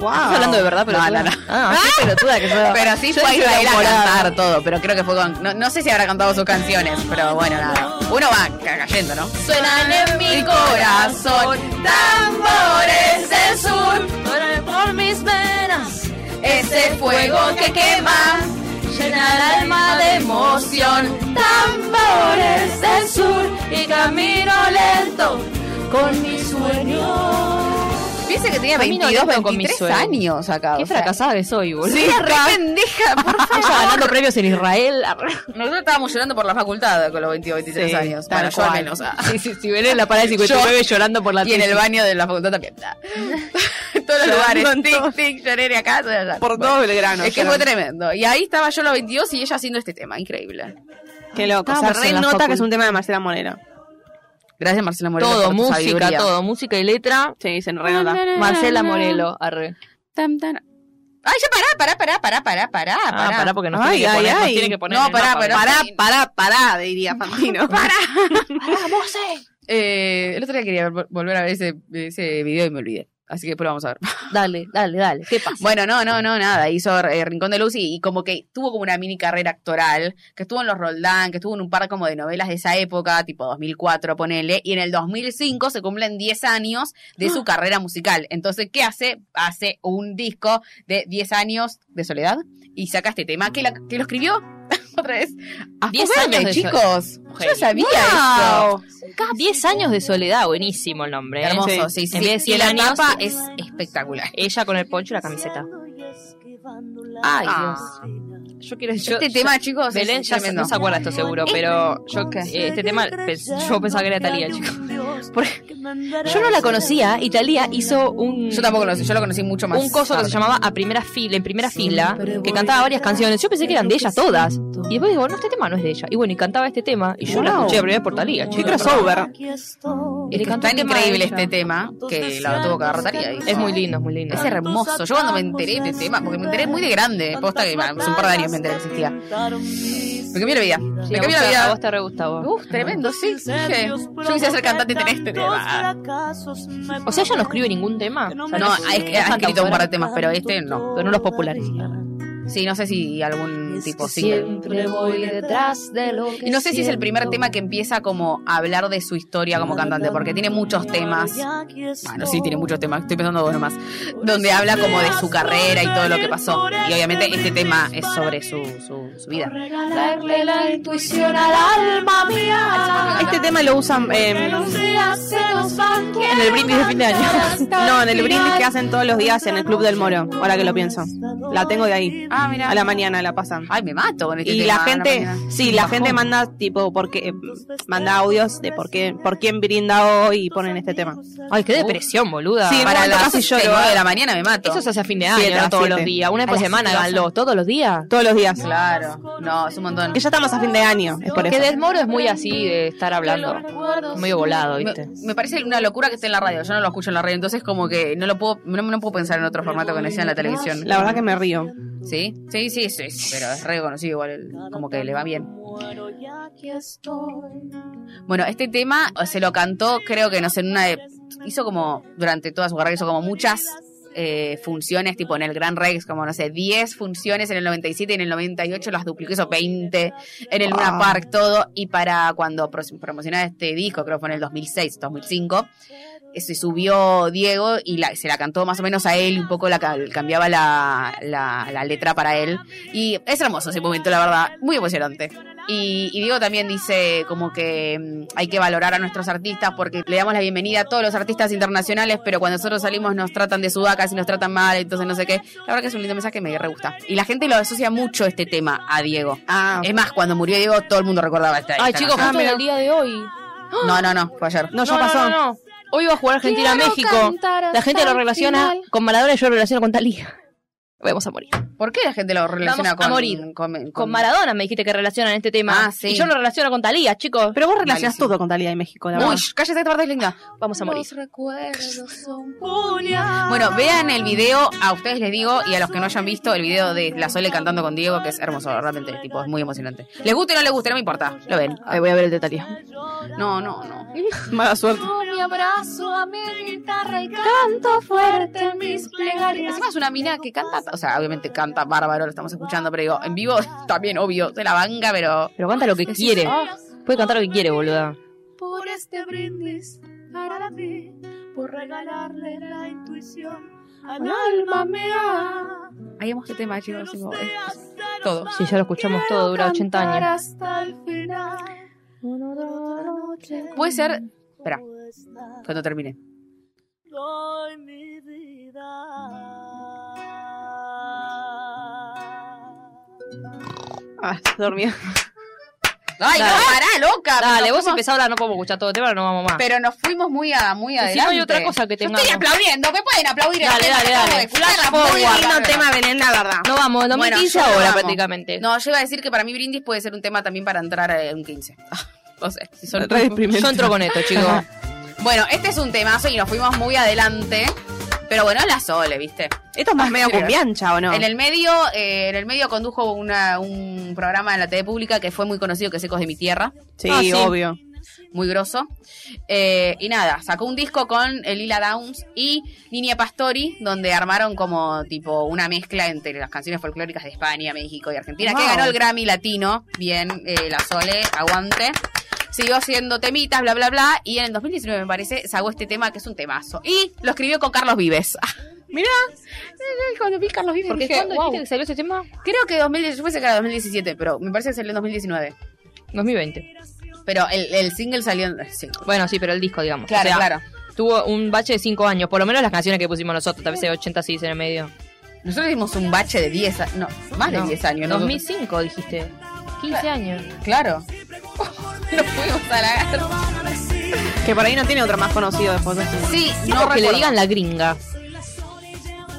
[SPEAKER 2] Wow.
[SPEAKER 3] Estás hablando de verdad, pero
[SPEAKER 1] No, no, no.
[SPEAKER 3] Ah, qué pelotuda que soy.
[SPEAKER 1] Pero sí
[SPEAKER 3] Yo
[SPEAKER 1] fue a
[SPEAKER 3] estoy
[SPEAKER 1] Israel a
[SPEAKER 3] enamorada.
[SPEAKER 1] cantar todo, pero creo que fue con. No, no sé si habrá cantado sus canciones, pero bueno, nada. Uno va ca- cayendo, ¿no?
[SPEAKER 5] Suenan en mi corazón tambores del sur, corren por mis venas. Ese fuego que quema llena el alma de emoción. Tambores del sur y camino lento con mi sueño.
[SPEAKER 1] Piense que tenía
[SPEAKER 3] Camino
[SPEAKER 1] 22,
[SPEAKER 3] lento con mi
[SPEAKER 1] 23
[SPEAKER 3] sueño.
[SPEAKER 1] años acá.
[SPEAKER 3] Qué
[SPEAKER 1] o sea.
[SPEAKER 3] fracasada que soy, boludo.
[SPEAKER 1] Sí, re pendeja, por
[SPEAKER 3] Ella ganando premios en Israel.
[SPEAKER 1] Nosotros estábamos llorando por la facultad con los 22, 23
[SPEAKER 2] Sí,
[SPEAKER 1] años.
[SPEAKER 2] tal
[SPEAKER 1] Bueno, yo al
[SPEAKER 2] cual.
[SPEAKER 1] menos. ah.
[SPEAKER 3] Sí, sí, sí, Belén en la parada de 59 llorando por la
[SPEAKER 1] Y en el
[SPEAKER 3] tesis.
[SPEAKER 1] baño de la facultad también. ah. En Todos los
[SPEAKER 2] Llorando
[SPEAKER 1] lugares.
[SPEAKER 2] en todo.
[SPEAKER 1] Tic, tic, lloré de acá, lloré de allá.
[SPEAKER 2] Por
[SPEAKER 1] Bueno,
[SPEAKER 2] todo Belgrano.
[SPEAKER 1] Es que
[SPEAKER 2] llorando.
[SPEAKER 1] fue tremendo. Y ahí estaba yo a los 22 y ella haciendo este tema. Increíble.
[SPEAKER 2] Qué loco. O sea,
[SPEAKER 3] Estábamos
[SPEAKER 2] re
[SPEAKER 3] en la
[SPEAKER 2] nota
[SPEAKER 3] facu-
[SPEAKER 2] que es un tema de Marcela Moreno.
[SPEAKER 1] Gracias, Marcela Moreno.
[SPEAKER 3] Todo,
[SPEAKER 1] por tu
[SPEAKER 3] música,
[SPEAKER 1] sabiduría.
[SPEAKER 3] todo, música y letra.
[SPEAKER 2] Sí, se re nota.
[SPEAKER 3] Marcela Morelo, arre.
[SPEAKER 1] Tam, tan. Ay, ya pará, pará, pará, pará, pará, pará.
[SPEAKER 3] Ah,
[SPEAKER 1] pará.
[SPEAKER 3] pará, porque nos
[SPEAKER 2] Ay,
[SPEAKER 3] tiene que
[SPEAKER 2] ay,
[SPEAKER 3] poner, nos
[SPEAKER 2] ay.
[SPEAKER 3] tiene que poner
[SPEAKER 1] No,
[SPEAKER 3] en el
[SPEAKER 1] pará,
[SPEAKER 3] mapa,
[SPEAKER 1] pará.
[SPEAKER 3] ¿verdad?
[SPEAKER 2] Pará, pará, pará, diría Fantino. Pará.
[SPEAKER 1] Eh, el otro día quería vol- volver a ver ese, ese video y me olvidé. Así que después lo vamos a ver.
[SPEAKER 3] Dale, dale, dale. ¿Qué pasa?
[SPEAKER 1] Bueno, no, no, no, nada. Hizo eh, Rincón de Luz y, y como que tuvo como una mini carrera actoral, que estuvo en Los Roldán, que estuvo en un par como de novelas de esa época, tipo 2004, ponele, y en el 2005 se cumplen 10 años de
[SPEAKER 3] Ah.
[SPEAKER 1] su carrera musical. Entonces, ¿qué hace? Hace un disco de 10 años de soledad y saca este tema que, la- que lo escribió otra vez. A
[SPEAKER 3] 10
[SPEAKER 1] 10 años,
[SPEAKER 3] años de
[SPEAKER 1] chicos. Yo sabía esto.
[SPEAKER 3] 10 años de soledad, buenísimo el nombre. ¿eh?
[SPEAKER 1] Hermoso, sí, sí.
[SPEAKER 3] En vez de
[SPEAKER 1] y
[SPEAKER 3] 100
[SPEAKER 1] la
[SPEAKER 3] años,
[SPEAKER 1] tapa es espectacular.
[SPEAKER 3] Ella con el poncho y la camiseta.
[SPEAKER 1] Ay,
[SPEAKER 3] Yo quiero
[SPEAKER 1] Dios. Este tema, chicos, es
[SPEAKER 3] Belén ya se-
[SPEAKER 1] tremendo.
[SPEAKER 3] no se acuerda esto seguro, pero yo
[SPEAKER 1] ¿Qué?
[SPEAKER 3] eh, este tema pens- yo pensaba que era Talía, chicos. Porque yo no la conocía y Talía hizo un
[SPEAKER 1] Yo tampoco lo sé, yo lo conocí mucho más.
[SPEAKER 3] un coso que
[SPEAKER 1] tarde.
[SPEAKER 3] se llamaba a primera fila, en primera fila, que cantaba varias canciones. Yo pensé que eran de ella todas. Y después digo, no, este tema no es de ella. Y bueno, y cantaba este tema. Y yo la
[SPEAKER 2] Wow.
[SPEAKER 3] escuché la primera vez por Talía,
[SPEAKER 2] Qué
[SPEAKER 3] chicos.
[SPEAKER 2] crossover.
[SPEAKER 3] Y le
[SPEAKER 1] Es que es
[SPEAKER 3] cantó
[SPEAKER 1] tan
[SPEAKER 3] un tema
[SPEAKER 1] increíble
[SPEAKER 3] a ella.
[SPEAKER 1] este tema que lo tuvo que agarrar Talía.
[SPEAKER 3] Es muy lindo, es muy lindo.
[SPEAKER 1] Es hermoso. Yo cuando me enteré de este tema, porque me enteré muy de grande, Eh, posta que hace un par de años me enteré que existía. Me cambió la vida.
[SPEAKER 3] Sí,
[SPEAKER 1] Me
[SPEAKER 3] a vos
[SPEAKER 1] cambió la
[SPEAKER 3] te- a
[SPEAKER 1] vida.
[SPEAKER 3] vos te re gusta, vos.
[SPEAKER 1] Uf, tremendo, sí. dije, Yo quise ser cantante y tener este tema.
[SPEAKER 3] O sea, ella no escribe ningún tema. O
[SPEAKER 1] No,
[SPEAKER 3] sea, es-
[SPEAKER 1] ha, ha
[SPEAKER 3] es
[SPEAKER 1] escrito un
[SPEAKER 3] cantautora,
[SPEAKER 1] par de temas, pero este no.
[SPEAKER 3] Pero no los populariza.
[SPEAKER 1] Sí, no sé si algún tipo sí.
[SPEAKER 5] Siempre voy detrás de lo que
[SPEAKER 1] Y no sé si es el primer
[SPEAKER 5] siento.
[SPEAKER 1] tema que empieza como a hablar de su historia como cantante, porque tiene muchos temas. Bueno, sí, tiene muchos temas, estoy pensando dos nomás. Donde habla como de su carrera y todo lo que pasó. Y obviamente este tema es sobre su, su, su vida.
[SPEAKER 5] Regalarle la intuición al alma mía.
[SPEAKER 2] Este tema lo usan eh,
[SPEAKER 5] Los días se nos van
[SPEAKER 2] en el brindis de fin de año. No, en el brindis que hacen todos los días en el Club del Moro, ahora que lo pienso. La tengo de ahí.
[SPEAKER 1] Ah,
[SPEAKER 2] A la mañana la pasan.
[SPEAKER 1] Ay, me mato con este
[SPEAKER 2] Y
[SPEAKER 1] tema.
[SPEAKER 2] la
[SPEAKER 1] no
[SPEAKER 2] gente,
[SPEAKER 1] me-
[SPEAKER 2] sí, la gente manda tipo porque eh, manda audios de por qué, por quién brinda hoy y ponen este tema.
[SPEAKER 3] Ay, qué depresión, boluda.
[SPEAKER 2] Sí,
[SPEAKER 1] Para
[SPEAKER 2] Bueno,
[SPEAKER 1] las
[SPEAKER 2] casi lloro,
[SPEAKER 1] seis,
[SPEAKER 2] ¿eh?
[SPEAKER 1] nueve de la mañana me mato.
[SPEAKER 3] Eso se hace a fin de
[SPEAKER 2] Siete,
[SPEAKER 3] año, no
[SPEAKER 2] a
[SPEAKER 3] todos los
[SPEAKER 2] siete.
[SPEAKER 3] días. Una vez por
[SPEAKER 1] A las
[SPEAKER 3] semana,
[SPEAKER 1] siete vas a-
[SPEAKER 3] háganlo. ¿Todos los días?
[SPEAKER 2] Todos los días.
[SPEAKER 1] Claro. No, es un montón.
[SPEAKER 2] Que ya estamos a fin de año, es por
[SPEAKER 3] Porque
[SPEAKER 2] eso.
[SPEAKER 3] Del Moro es muy así de estar hablando. Medio volado,
[SPEAKER 1] Me,
[SPEAKER 3] ¿viste?
[SPEAKER 1] me parece una locura que esté en la radio. Yo no lo escucho en la radio, entonces como que no lo puedo, no, no puedo pensar en otro formato que no sea en la televisión.
[SPEAKER 2] La verdad que me río.
[SPEAKER 1] Sí, sí, sí, sí, sí, pero es reconocido igual, el- como que le va bien. Bueno, este tema se lo cantó, creo que no sé, en una de, hizo como durante toda su carrera hizo como muchas eh, funciones, tipo en el Gran Rex, como no sé, 10 funciones en el 97 y en el 98 las duplicó, hizo 20 en el Luna
[SPEAKER 2] Wow.
[SPEAKER 1] Park, todo. Y para cuando pro- promocionaba este disco, creo que fue en el 2006, 2005, eh, se subió Diego y la- se la cantó más o menos a él, y un poco la ca- cambiaba la, la- la letra para él. Y es hermoso ese momento, la verdad, muy emocionante. Y, y Diego también dice como que mm, hay que valorar a nuestros artistas porque le damos la bienvenida a todos los artistas internacionales, pero cuando nosotros salimos nos tratan de sudacas y nos tratan mal, entonces no sé qué. La verdad que es un lindo mensaje, me re gusta. Y la gente lo asocia mucho este tema a Diego.
[SPEAKER 2] Ah,
[SPEAKER 1] Es más, cuando murió Diego todo el mundo recordaba esta.
[SPEAKER 3] Ay,
[SPEAKER 1] esta
[SPEAKER 3] chicos,
[SPEAKER 1] canción.
[SPEAKER 3] justo en el día de hoy.
[SPEAKER 1] No, no, no, fue ayer.
[SPEAKER 2] no, ya pasó.
[SPEAKER 3] no, no. Hoy va a jugar Argentina-México. La gente lo relaciona con Maradona y yo lo relaciono con Talía. Vamos a morir.
[SPEAKER 1] ¿Por qué la gente lo relaciona
[SPEAKER 3] a
[SPEAKER 1] con,
[SPEAKER 3] morir.
[SPEAKER 1] con,
[SPEAKER 3] Con Maradona me dijiste que relacionan este tema.
[SPEAKER 1] Ah, sí.
[SPEAKER 3] Y yo lo relaciono con Talía, chicos.
[SPEAKER 2] Pero vos relacionás
[SPEAKER 1] Malísimo.
[SPEAKER 2] todo con Talía y México, la
[SPEAKER 1] Uy,
[SPEAKER 2] verdad.
[SPEAKER 1] sh, cállate, esta parte es linda.
[SPEAKER 3] Vamos a morir.
[SPEAKER 1] Bueno, vean el video, a ustedes les digo, y a los que no hayan visto el video de La Sole cantando con Diego, que es hermoso, realmente, tipo, es muy emocionante. Les guste o no les guste, no me importa, lo ven.
[SPEAKER 2] Ay, voy a ver el de Talía.
[SPEAKER 1] No, no, no.
[SPEAKER 2] Mala suerte.
[SPEAKER 5] Mi abrazo a mi guitarra y canto fuerte mis plegarias.
[SPEAKER 1] Encima es una mina que canta, o sea, obviamente canta bárbaro, lo estamos escuchando, pero digo, en vivo también, obvio, de la banca, pero...
[SPEAKER 3] Pero canta lo que quiere. Puede cantar lo que quiere, boluda.
[SPEAKER 5] Por este brindis para mí, por regalarle la intuición al alma mía.
[SPEAKER 1] Ahí vemos este tema, chicos, tipo, es- es todo.
[SPEAKER 3] Sí, ya lo escuchamos todo, dura 80
[SPEAKER 5] Cantar
[SPEAKER 3] años.
[SPEAKER 5] hasta el final. Una otra noche
[SPEAKER 1] Puede ser... Espera,
[SPEAKER 5] puedo estar.
[SPEAKER 1] cuando termine.
[SPEAKER 5] Doy mi vida.
[SPEAKER 2] Ah, dormía.
[SPEAKER 1] ¡Ay,
[SPEAKER 3] Dale.
[SPEAKER 1] no, pará, loca!
[SPEAKER 3] Dale,
[SPEAKER 1] Nos
[SPEAKER 3] vos
[SPEAKER 1] fuimos-
[SPEAKER 3] empezá ahora, no podemos escuchar todo el tema, no vamos más.
[SPEAKER 1] Pero nos fuimos muy, a, muy
[SPEAKER 3] Y si
[SPEAKER 1] adelante.
[SPEAKER 3] no hay otra cosa que
[SPEAKER 1] Yo
[SPEAKER 3] tengamos.
[SPEAKER 1] Estoy aplaudiendo, me pueden aplaudir.
[SPEAKER 3] Dale,
[SPEAKER 1] el tema
[SPEAKER 3] dale,
[SPEAKER 1] que acabo
[SPEAKER 3] dale.
[SPEAKER 1] de escuchar,
[SPEAKER 3] Flash
[SPEAKER 1] la puta
[SPEAKER 3] forward.
[SPEAKER 1] madre.
[SPEAKER 2] Lindo tema, Belén, la verdad.
[SPEAKER 3] No vamos, 2015
[SPEAKER 1] yo no
[SPEAKER 3] ahora
[SPEAKER 1] amo.
[SPEAKER 3] prácticamente.
[SPEAKER 1] No, yo iba a decir que para mí Brindis puede ser un tema también para entrar eh, a un 15. O sea, si son-
[SPEAKER 2] Re deprimente.
[SPEAKER 3] Yo entro con esto, chicos.
[SPEAKER 1] Bueno, este es un temazo y nos fuimos muy adelante. Pero bueno, la Sole, ¿viste?
[SPEAKER 2] Esto es más medio cumbiancha, ¿o no?
[SPEAKER 1] En el medio, eh, en el medio condujo una- un programa en la TV pública que fue muy conocido, que es Ecos de mi Tierra.
[SPEAKER 2] Sí,
[SPEAKER 3] Ah, sí.
[SPEAKER 2] obvio.
[SPEAKER 1] muy grosso. Eh, y nada, sacó un disco con eh, Lila Downs y Niña Pastori, donde armaron como tipo una mezcla entre las canciones folclóricas de España, México y Argentina, que
[SPEAKER 2] Wow.
[SPEAKER 1] ganó el Grammy Latino. Bien, eh, la Sole, aguante. Siguió haciendo temitas, bla, bla, bla. Y en el 2019, me parece, sacó este tema que es un temazo. Y lo escribió con Carlos Vives. Ah,
[SPEAKER 2] Mirá.
[SPEAKER 1] Cuando vi Carlos Vives,
[SPEAKER 3] Porque
[SPEAKER 1] dije,
[SPEAKER 3] ¿cuándo
[SPEAKER 1] "Wow".
[SPEAKER 3] dijiste que salió ese tema?
[SPEAKER 1] Creo que 2010, yo pensé que era 2017, pero me parece que salió en 2019.
[SPEAKER 3] 2020.
[SPEAKER 1] Pero el, el single salió en. sí.
[SPEAKER 3] Bueno, sí, pero el disco, digamos.
[SPEAKER 1] Claro,
[SPEAKER 3] O sea,
[SPEAKER 1] claro.
[SPEAKER 3] Tuvo un bache de 5 años, por lo menos las canciones que pusimos nosotros, tal vez hay 80 sí en el medio.
[SPEAKER 1] Nosotros dimos un bache de 10 años. No, más Ah, de
[SPEAKER 3] No,
[SPEAKER 1] 10 años, ¿no?
[SPEAKER 3] 2005 dijiste. 15 años.
[SPEAKER 1] Claro. no fuimos a la
[SPEAKER 2] Que por ahí no tiene otro más conocido después de este. eso.
[SPEAKER 1] Sí,
[SPEAKER 3] No,
[SPEAKER 1] no
[SPEAKER 3] que le
[SPEAKER 1] recuerdo.
[SPEAKER 3] digan la gringa.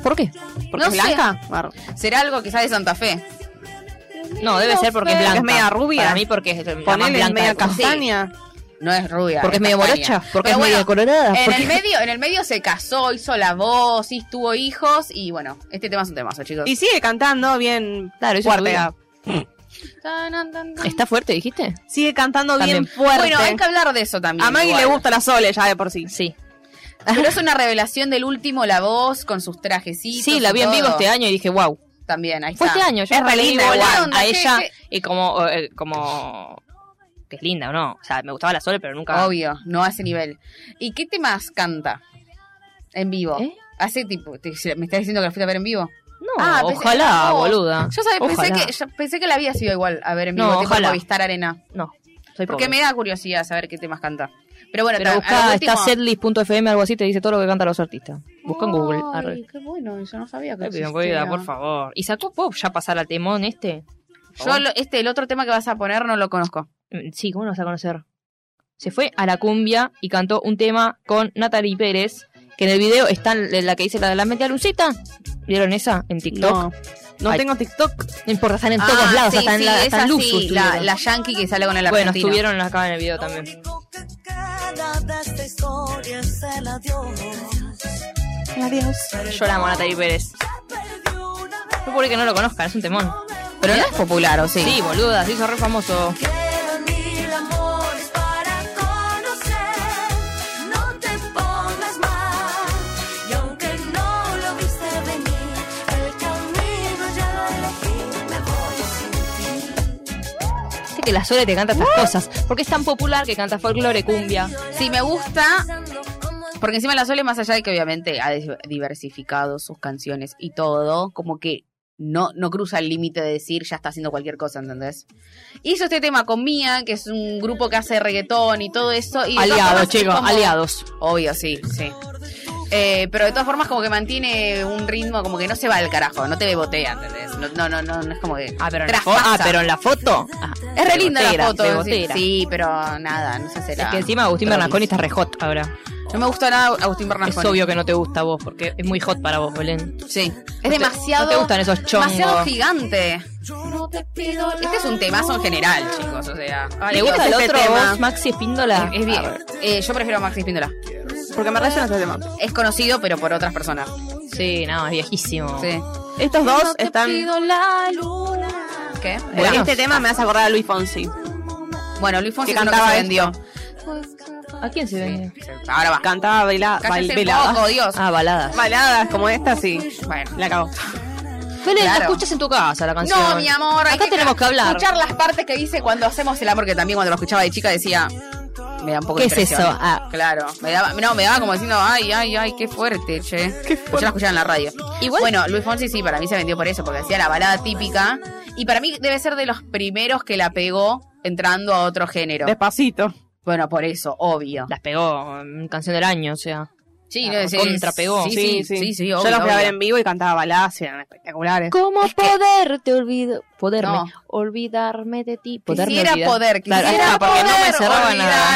[SPEAKER 3] ¿Por qué?
[SPEAKER 2] Porque
[SPEAKER 1] no
[SPEAKER 2] es blanca. Barro.
[SPEAKER 1] Será algo quizá de Santa Fe.
[SPEAKER 3] No, debe ser porque es blanca.
[SPEAKER 2] es media rubia.
[SPEAKER 3] Para mí porque es la más
[SPEAKER 2] Ponele
[SPEAKER 3] blanca.
[SPEAKER 2] en media
[SPEAKER 3] de todas.
[SPEAKER 2] castaña.
[SPEAKER 1] No es rubia.
[SPEAKER 3] Porque es medio
[SPEAKER 1] castaña.
[SPEAKER 3] morocha, porque
[SPEAKER 1] Pero
[SPEAKER 3] es medio colorada.
[SPEAKER 1] En
[SPEAKER 3] porque-
[SPEAKER 1] el, medio, en el medio se casó, hizo la voz, y tuvo hijos y bueno, este tema es un temazo, chicos.
[SPEAKER 2] Y sigue cantando bien
[SPEAKER 3] Claro, eso
[SPEAKER 2] fuerte.
[SPEAKER 3] es rubia.
[SPEAKER 1] Tan, tan, tan, tan.
[SPEAKER 3] ¿Está fuerte, dijiste?
[SPEAKER 2] Sigue cantando
[SPEAKER 3] También.
[SPEAKER 2] bien fuerte.
[SPEAKER 1] Bueno, hay que hablar de eso también.
[SPEAKER 2] a Maggie
[SPEAKER 1] igual.
[SPEAKER 2] le gusta la Sole ya de por sí.
[SPEAKER 3] Sí.
[SPEAKER 1] Pero es una revelación del último La Voz con sus trajecitos.
[SPEAKER 3] Sí, la vi en vivo este año y dije, wow.
[SPEAKER 1] También, ahí
[SPEAKER 3] Fue
[SPEAKER 1] está.
[SPEAKER 3] este año. Yo
[SPEAKER 2] Es
[SPEAKER 3] nunca
[SPEAKER 2] re
[SPEAKER 3] la vi
[SPEAKER 2] linda,
[SPEAKER 3] igual
[SPEAKER 1] boluda, onda,
[SPEAKER 3] a
[SPEAKER 1] ¿qué-
[SPEAKER 3] ella
[SPEAKER 1] qué?
[SPEAKER 3] y como... eh, como... Que es linda, ¿o no? O sea, me gustaba la Sol, pero nunca...
[SPEAKER 1] Obvio, no a ese nivel. ¿Y qué temas canta en vivo?
[SPEAKER 3] ¿Eh?
[SPEAKER 1] Hace tipo, te- ¿me estás diciendo que la fuiste a ver en vivo?
[SPEAKER 3] No,
[SPEAKER 1] Ah, pensé-
[SPEAKER 3] ojalá,
[SPEAKER 1] no.
[SPEAKER 3] boluda.
[SPEAKER 1] Yo sabía, pensé
[SPEAKER 3] Ojalá.
[SPEAKER 1] que, yo pensé que la había sido igual a ver en vivo,
[SPEAKER 3] No,
[SPEAKER 1] tipo
[SPEAKER 3] ojalá.
[SPEAKER 1] Movistar Arena.
[SPEAKER 3] No, soy
[SPEAKER 1] Porque
[SPEAKER 3] pobre.
[SPEAKER 1] me da curiosidad saber qué temas canta. Pero bueno,
[SPEAKER 3] Pero
[SPEAKER 1] ta- a lo
[SPEAKER 3] busca,
[SPEAKER 1] último-
[SPEAKER 3] está setlist.fm, algo así, te dice todo lo que cantan los artistas. Busca en Google.
[SPEAKER 1] Ay,
[SPEAKER 3] arre.
[SPEAKER 1] qué bueno, yo no sabía que
[SPEAKER 3] Ay, pero
[SPEAKER 1] existía.
[SPEAKER 3] boluda, por favor. ¿Y sacó pop ya pasar al temón este?
[SPEAKER 1] Yo lo- este, el otro tema que vas a poner no lo conozco.
[SPEAKER 3] Mm, Sí, ¿cómo no vas a conocer? Se fue a la cumbia y cantó un tema con Natalie Pérez, que en el video está en la que dice la de la mente a Lucita. ¿Vieron esa en TikTok? No,
[SPEAKER 2] No, no
[SPEAKER 3] Ay.
[SPEAKER 2] tengo TikTok.
[SPEAKER 3] importa, están en
[SPEAKER 1] Ah,
[SPEAKER 3] todos lados,
[SPEAKER 1] sí,
[SPEAKER 3] hasta en
[SPEAKER 1] sí,
[SPEAKER 3] la,
[SPEAKER 1] esa
[SPEAKER 3] hasta en Luzu
[SPEAKER 1] sí, la,
[SPEAKER 3] estuvieron.
[SPEAKER 1] la yankee que sale con el
[SPEAKER 3] Bueno,
[SPEAKER 1] argentino.
[SPEAKER 3] estuvieron acá en el video también.
[SPEAKER 6] único que queda de esta historia es el adiós.
[SPEAKER 3] Yo la amo a Natalie Pérez. No por que no lo conozcan, es un temón.
[SPEAKER 1] Pero no es popular, ¿o sí?
[SPEAKER 3] Sí, boluda, se hizo re famoso.
[SPEAKER 6] Quedan mil amores para conocer. No te pongas mal. Y aunque no lo viste venir, el camino ya lo elegí. Me voy sin ti.
[SPEAKER 3] Sé que la Sole te canta estas cosas, porque es tan popular que canta folclore, cumbia.
[SPEAKER 1] Sí, me gusta. Porque encima la Sole, más allá de que obviamente ha des- diversificado sus canciones y todo, como que no, no cruza el límite de decir ya está haciendo cualquier cosa, ¿entendés? Hizo este tema con Mía, que es un grupo que hace reggaetón y todo eso. Y de todas
[SPEAKER 3] Aliados,
[SPEAKER 1] formas,
[SPEAKER 3] chicos,
[SPEAKER 1] como-
[SPEAKER 3] aliados.
[SPEAKER 1] Obvio, sí, sí. Eh, pero de todas formas, como que mantiene un ritmo, como que no se va al carajo, no te bebotea, ¿entendés? No, no, no, no, no es como que.
[SPEAKER 3] Ah, pero en, la fo-
[SPEAKER 1] traspasa.
[SPEAKER 3] ah, pero en la foto. Ah,
[SPEAKER 1] Es re linda la
[SPEAKER 3] bebotera,
[SPEAKER 1] foto. Sí,
[SPEAKER 3] bebotera.
[SPEAKER 1] sí, pero nada, no sé será.
[SPEAKER 3] Es que encima Agustín
[SPEAKER 1] Pero
[SPEAKER 3] Bernasconi
[SPEAKER 1] dice.
[SPEAKER 3] está re hot ahora.
[SPEAKER 1] No me gusta nada Agustín Bernasconi.
[SPEAKER 3] Es obvio que no te gusta a vos, porque es muy hot para vos, Belén.
[SPEAKER 1] Sí.
[SPEAKER 3] te-
[SPEAKER 1] Es demasiado.
[SPEAKER 3] no te gustan esos chongos.
[SPEAKER 1] Demasiado gigante.
[SPEAKER 6] No te pido
[SPEAKER 1] Este es un temazo en general, chicos. O sea. Ay,
[SPEAKER 3] ¿Te
[SPEAKER 1] Dios,
[SPEAKER 3] gusta el
[SPEAKER 1] este
[SPEAKER 3] otro a
[SPEAKER 1] tema
[SPEAKER 3] vos, Maxi Espíndola?
[SPEAKER 1] Es bien.
[SPEAKER 3] A ver,
[SPEAKER 1] Eh, yo prefiero a Maxi Espíndola.
[SPEAKER 2] Porque me rellena este tema.
[SPEAKER 1] Es conocido, pero por otras personas.
[SPEAKER 3] Sí, no, es viejísimo.
[SPEAKER 1] Sí.
[SPEAKER 2] Estos dos están.
[SPEAKER 1] ¿Qué?
[SPEAKER 3] Bueno.
[SPEAKER 2] Este tema me hace acordar a Luis Fonsi.
[SPEAKER 1] Bueno, Luis Fonsi
[SPEAKER 2] Que
[SPEAKER 1] creo que
[SPEAKER 2] cantaba
[SPEAKER 1] se vendió.
[SPEAKER 3] ¿A quién se ve?
[SPEAKER 1] Ahora va.
[SPEAKER 2] Cantaba baila, bail-
[SPEAKER 1] Cállese un
[SPEAKER 2] veladas.
[SPEAKER 1] poco, Dios.
[SPEAKER 3] Ah, baladas.
[SPEAKER 2] Baladas como esta, sí.
[SPEAKER 1] Bueno.
[SPEAKER 2] La acabo.
[SPEAKER 3] Belén,
[SPEAKER 1] claro.
[SPEAKER 3] la escuchas en tu casa la canción.
[SPEAKER 1] No, mi amor. hay
[SPEAKER 3] Acá tenemos que hablar.
[SPEAKER 1] Escuchar las partes que dice cuando hacemos el amor, que también cuando lo escuchaba de chica decía. Me da un poco
[SPEAKER 3] ¿Qué
[SPEAKER 1] de
[SPEAKER 3] es
[SPEAKER 1] impresión.
[SPEAKER 3] eso? Ah.
[SPEAKER 1] Claro. Me daba, no, me daba como diciendo, ay, ay, ay, qué fuerte, che. Yo la escuchaba en la radio.
[SPEAKER 3] Igual-
[SPEAKER 1] Bueno, Luis Fonsi sí, para mí se vendió por eso, porque hacía la balada típica. Y para mí debe ser de los primeros que la pegó entrando a otro género.
[SPEAKER 2] Despacito.
[SPEAKER 1] Bueno, por eso, obvio.
[SPEAKER 3] Las pegó en Canción del Año, o sea.
[SPEAKER 1] Sí,
[SPEAKER 3] la contrapegó.
[SPEAKER 1] Sí, sí, sí, sí,
[SPEAKER 2] Yo
[SPEAKER 1] obvio,
[SPEAKER 2] los fui a ver
[SPEAKER 1] obvio.
[SPEAKER 2] en vivo y cantaba baladas y eran espectaculares.
[SPEAKER 5] ¿Cómo poderte olvidar?
[SPEAKER 3] Poderme.
[SPEAKER 1] No.
[SPEAKER 5] Olvidarme de ti.
[SPEAKER 3] Poderme
[SPEAKER 1] quisiera
[SPEAKER 3] olvidar.
[SPEAKER 1] poder,
[SPEAKER 3] Claro,
[SPEAKER 1] quisiera
[SPEAKER 3] ah, porque no me
[SPEAKER 1] poder
[SPEAKER 3] cerraba nada.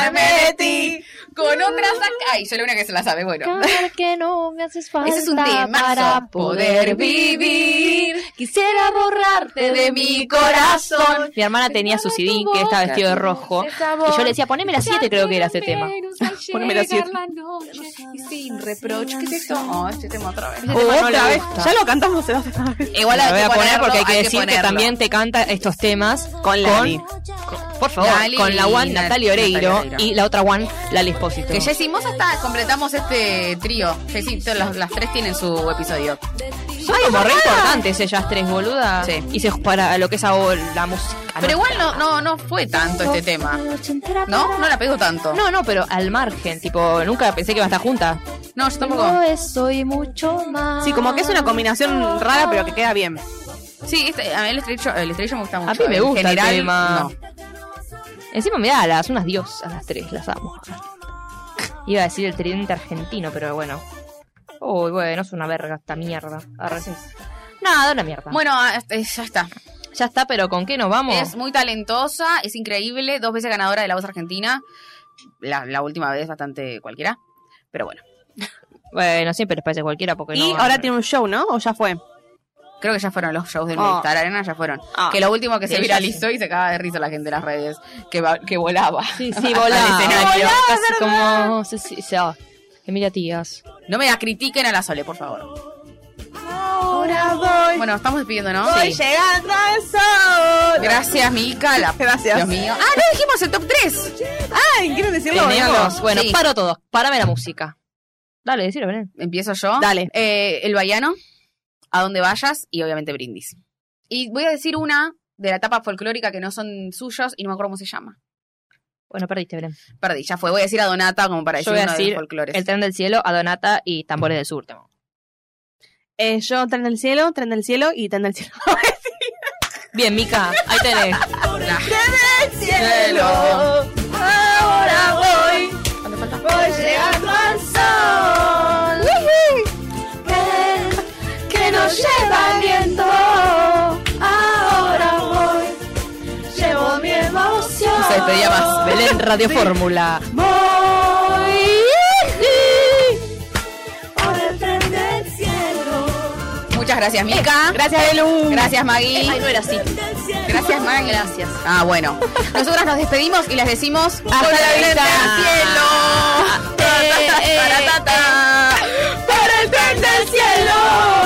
[SPEAKER 1] olvidarme de ti con otras acá. Ay, soy la única que se la sabe, bueno.
[SPEAKER 5] Claro que no me haces falta
[SPEAKER 1] Ese es un tema
[SPEAKER 5] para poder vivir. Quisiera borrarte de mi corazón.
[SPEAKER 3] Mi hermana tenía su CD que estaba vestido de rojo. Y yo le decía, poneme la 7, creo que era ese tema.
[SPEAKER 2] Poneme la siete.
[SPEAKER 1] Y sin reproche, ¿qué es esto? Oh, este tema otra vez.
[SPEAKER 2] Oh,
[SPEAKER 3] tema no le
[SPEAKER 2] otra vez.
[SPEAKER 3] gusta.
[SPEAKER 2] Ya lo cantamos hace dos semanas.
[SPEAKER 1] Igual
[SPEAKER 3] la
[SPEAKER 1] hay
[SPEAKER 3] voy
[SPEAKER 1] que
[SPEAKER 3] a poner
[SPEAKER 1] ponerlo,
[SPEAKER 3] porque hay que decir que
[SPEAKER 1] ponerlo.
[SPEAKER 3] también te canta estos temas
[SPEAKER 2] Con Lali.
[SPEAKER 3] con- Por favor,
[SPEAKER 1] Lali
[SPEAKER 3] con la
[SPEAKER 1] y
[SPEAKER 3] one
[SPEAKER 1] Nat-
[SPEAKER 3] Natalia Oreiro
[SPEAKER 1] Natalia Oreiro.
[SPEAKER 3] y la otra one Lali Espósito.
[SPEAKER 1] Que Jessy Moss hasta completamos este trío. Jessy, to- las, las tres tienen su episodio.
[SPEAKER 3] Ah, Son como re importantes ellas tres, boluda.
[SPEAKER 1] Sí.
[SPEAKER 3] Y se para lo que es ahora la música.
[SPEAKER 1] Pero
[SPEAKER 3] ¿no?
[SPEAKER 1] igual no, no, no fue tanto este tema. ¿No? No la pegó tanto.
[SPEAKER 3] No, no, pero al margen, tipo, nunca pensé que iba a estar juntas.
[SPEAKER 1] No, yo tampoco.
[SPEAKER 5] soy mucho más.
[SPEAKER 2] Sí, como que es una combinación rara, pero que queda bien.
[SPEAKER 1] Sí, este- a mí el estribillo, el estribillo me gusta mucho.
[SPEAKER 3] A mí me
[SPEAKER 1] En
[SPEAKER 3] gusta el
[SPEAKER 1] general,
[SPEAKER 3] tema. Ah.
[SPEAKER 1] no.
[SPEAKER 3] Encima, mirá, las unas diosas, las tres, las amo. Iba a decir el tridente argentino, pero bueno. Uy, bueno, es una verga esta mierda. Arre. Nada, una mierda.
[SPEAKER 1] Bueno, ah, este, ya está.
[SPEAKER 3] ya está, pero ¿con qué nos vamos?
[SPEAKER 1] Es muy talentosa, es increíble, dos veces ganadora de la voz argentina. La, la última vez bastante cualquiera. Pero bueno,
[SPEAKER 3] Bueno, siempre les parece cualquiera porque
[SPEAKER 2] y
[SPEAKER 3] no.
[SPEAKER 2] ahora tiene un show, ¿no? ¿O ya fue?
[SPEAKER 1] creo que ya fueron los shows del
[SPEAKER 2] Oh.
[SPEAKER 1] Movistar Arena, ya fueron.
[SPEAKER 2] Ah.
[SPEAKER 1] Que lo último que se
[SPEAKER 3] Ella
[SPEAKER 1] viralizó y se acaba de risa la gente en las redes, que, va- que volaba.
[SPEAKER 3] Sí, sí,
[SPEAKER 1] Al
[SPEAKER 3] volaba.
[SPEAKER 1] escenario.
[SPEAKER 3] Casi como. Sí, sí, sí, ah, Emilia Tías.
[SPEAKER 1] No me la critiquen a la Sole, por favor.
[SPEAKER 2] Ahora voy.
[SPEAKER 1] Bueno, estamos despidiendo, ¿no?
[SPEAKER 2] voy
[SPEAKER 1] Sí.
[SPEAKER 2] llegando al sol.
[SPEAKER 1] Gracias, Mica. La...
[SPEAKER 2] Gracias.
[SPEAKER 1] Dios mío. Ah, no dijimos el top 3.
[SPEAKER 2] Ay, quiero decirlo.
[SPEAKER 3] Tenemos.
[SPEAKER 2] boludo.
[SPEAKER 3] Bueno,
[SPEAKER 1] Sí.
[SPEAKER 3] paro todo. Parame la música. Dale, decilo, Belén.
[SPEAKER 1] Empiezo yo.
[SPEAKER 2] Dale.
[SPEAKER 1] Eh, el Bayano, a donde vayas y obviamente brindis. Y voy a decir una de la etapa folclórica que no son suyos y no me acuerdo cómo se llama.
[SPEAKER 3] Bueno, perdiste, Belén.
[SPEAKER 1] Perdí, ya fue. Voy a decir a Donata como para
[SPEAKER 3] Yo
[SPEAKER 1] decir
[SPEAKER 3] voy a
[SPEAKER 1] uno de
[SPEAKER 3] decir
[SPEAKER 1] los folclores.
[SPEAKER 3] El tren del cielo, Adonata y Tambores del Sur. tengo.
[SPEAKER 2] Eh, yo tren del cielo, tren del cielo y tren del cielo.
[SPEAKER 3] Bien, Mica, ahí tenés.
[SPEAKER 1] Cielo.
[SPEAKER 4] Ahora voy, voy llegando al sol que, que nos lleva el viento. Ahora voy, llevo mi emoción.
[SPEAKER 3] No se despedía más. Belén Radio Fórmula.
[SPEAKER 4] Voy por el tren del cielo.
[SPEAKER 1] Muchas gracias, Mica.
[SPEAKER 2] Gracias, Belu.
[SPEAKER 1] Gracias, Magui.
[SPEAKER 3] no era así.
[SPEAKER 1] Gracias, Magui. Gracias. Ah, bueno. Nosotras nos despedimos y les decimos
[SPEAKER 3] Hasta la
[SPEAKER 1] el tren
[SPEAKER 3] vista.
[SPEAKER 1] del cielo.
[SPEAKER 3] Eh, eh.
[SPEAKER 1] Taratata.
[SPEAKER 4] Por el tren del cielo.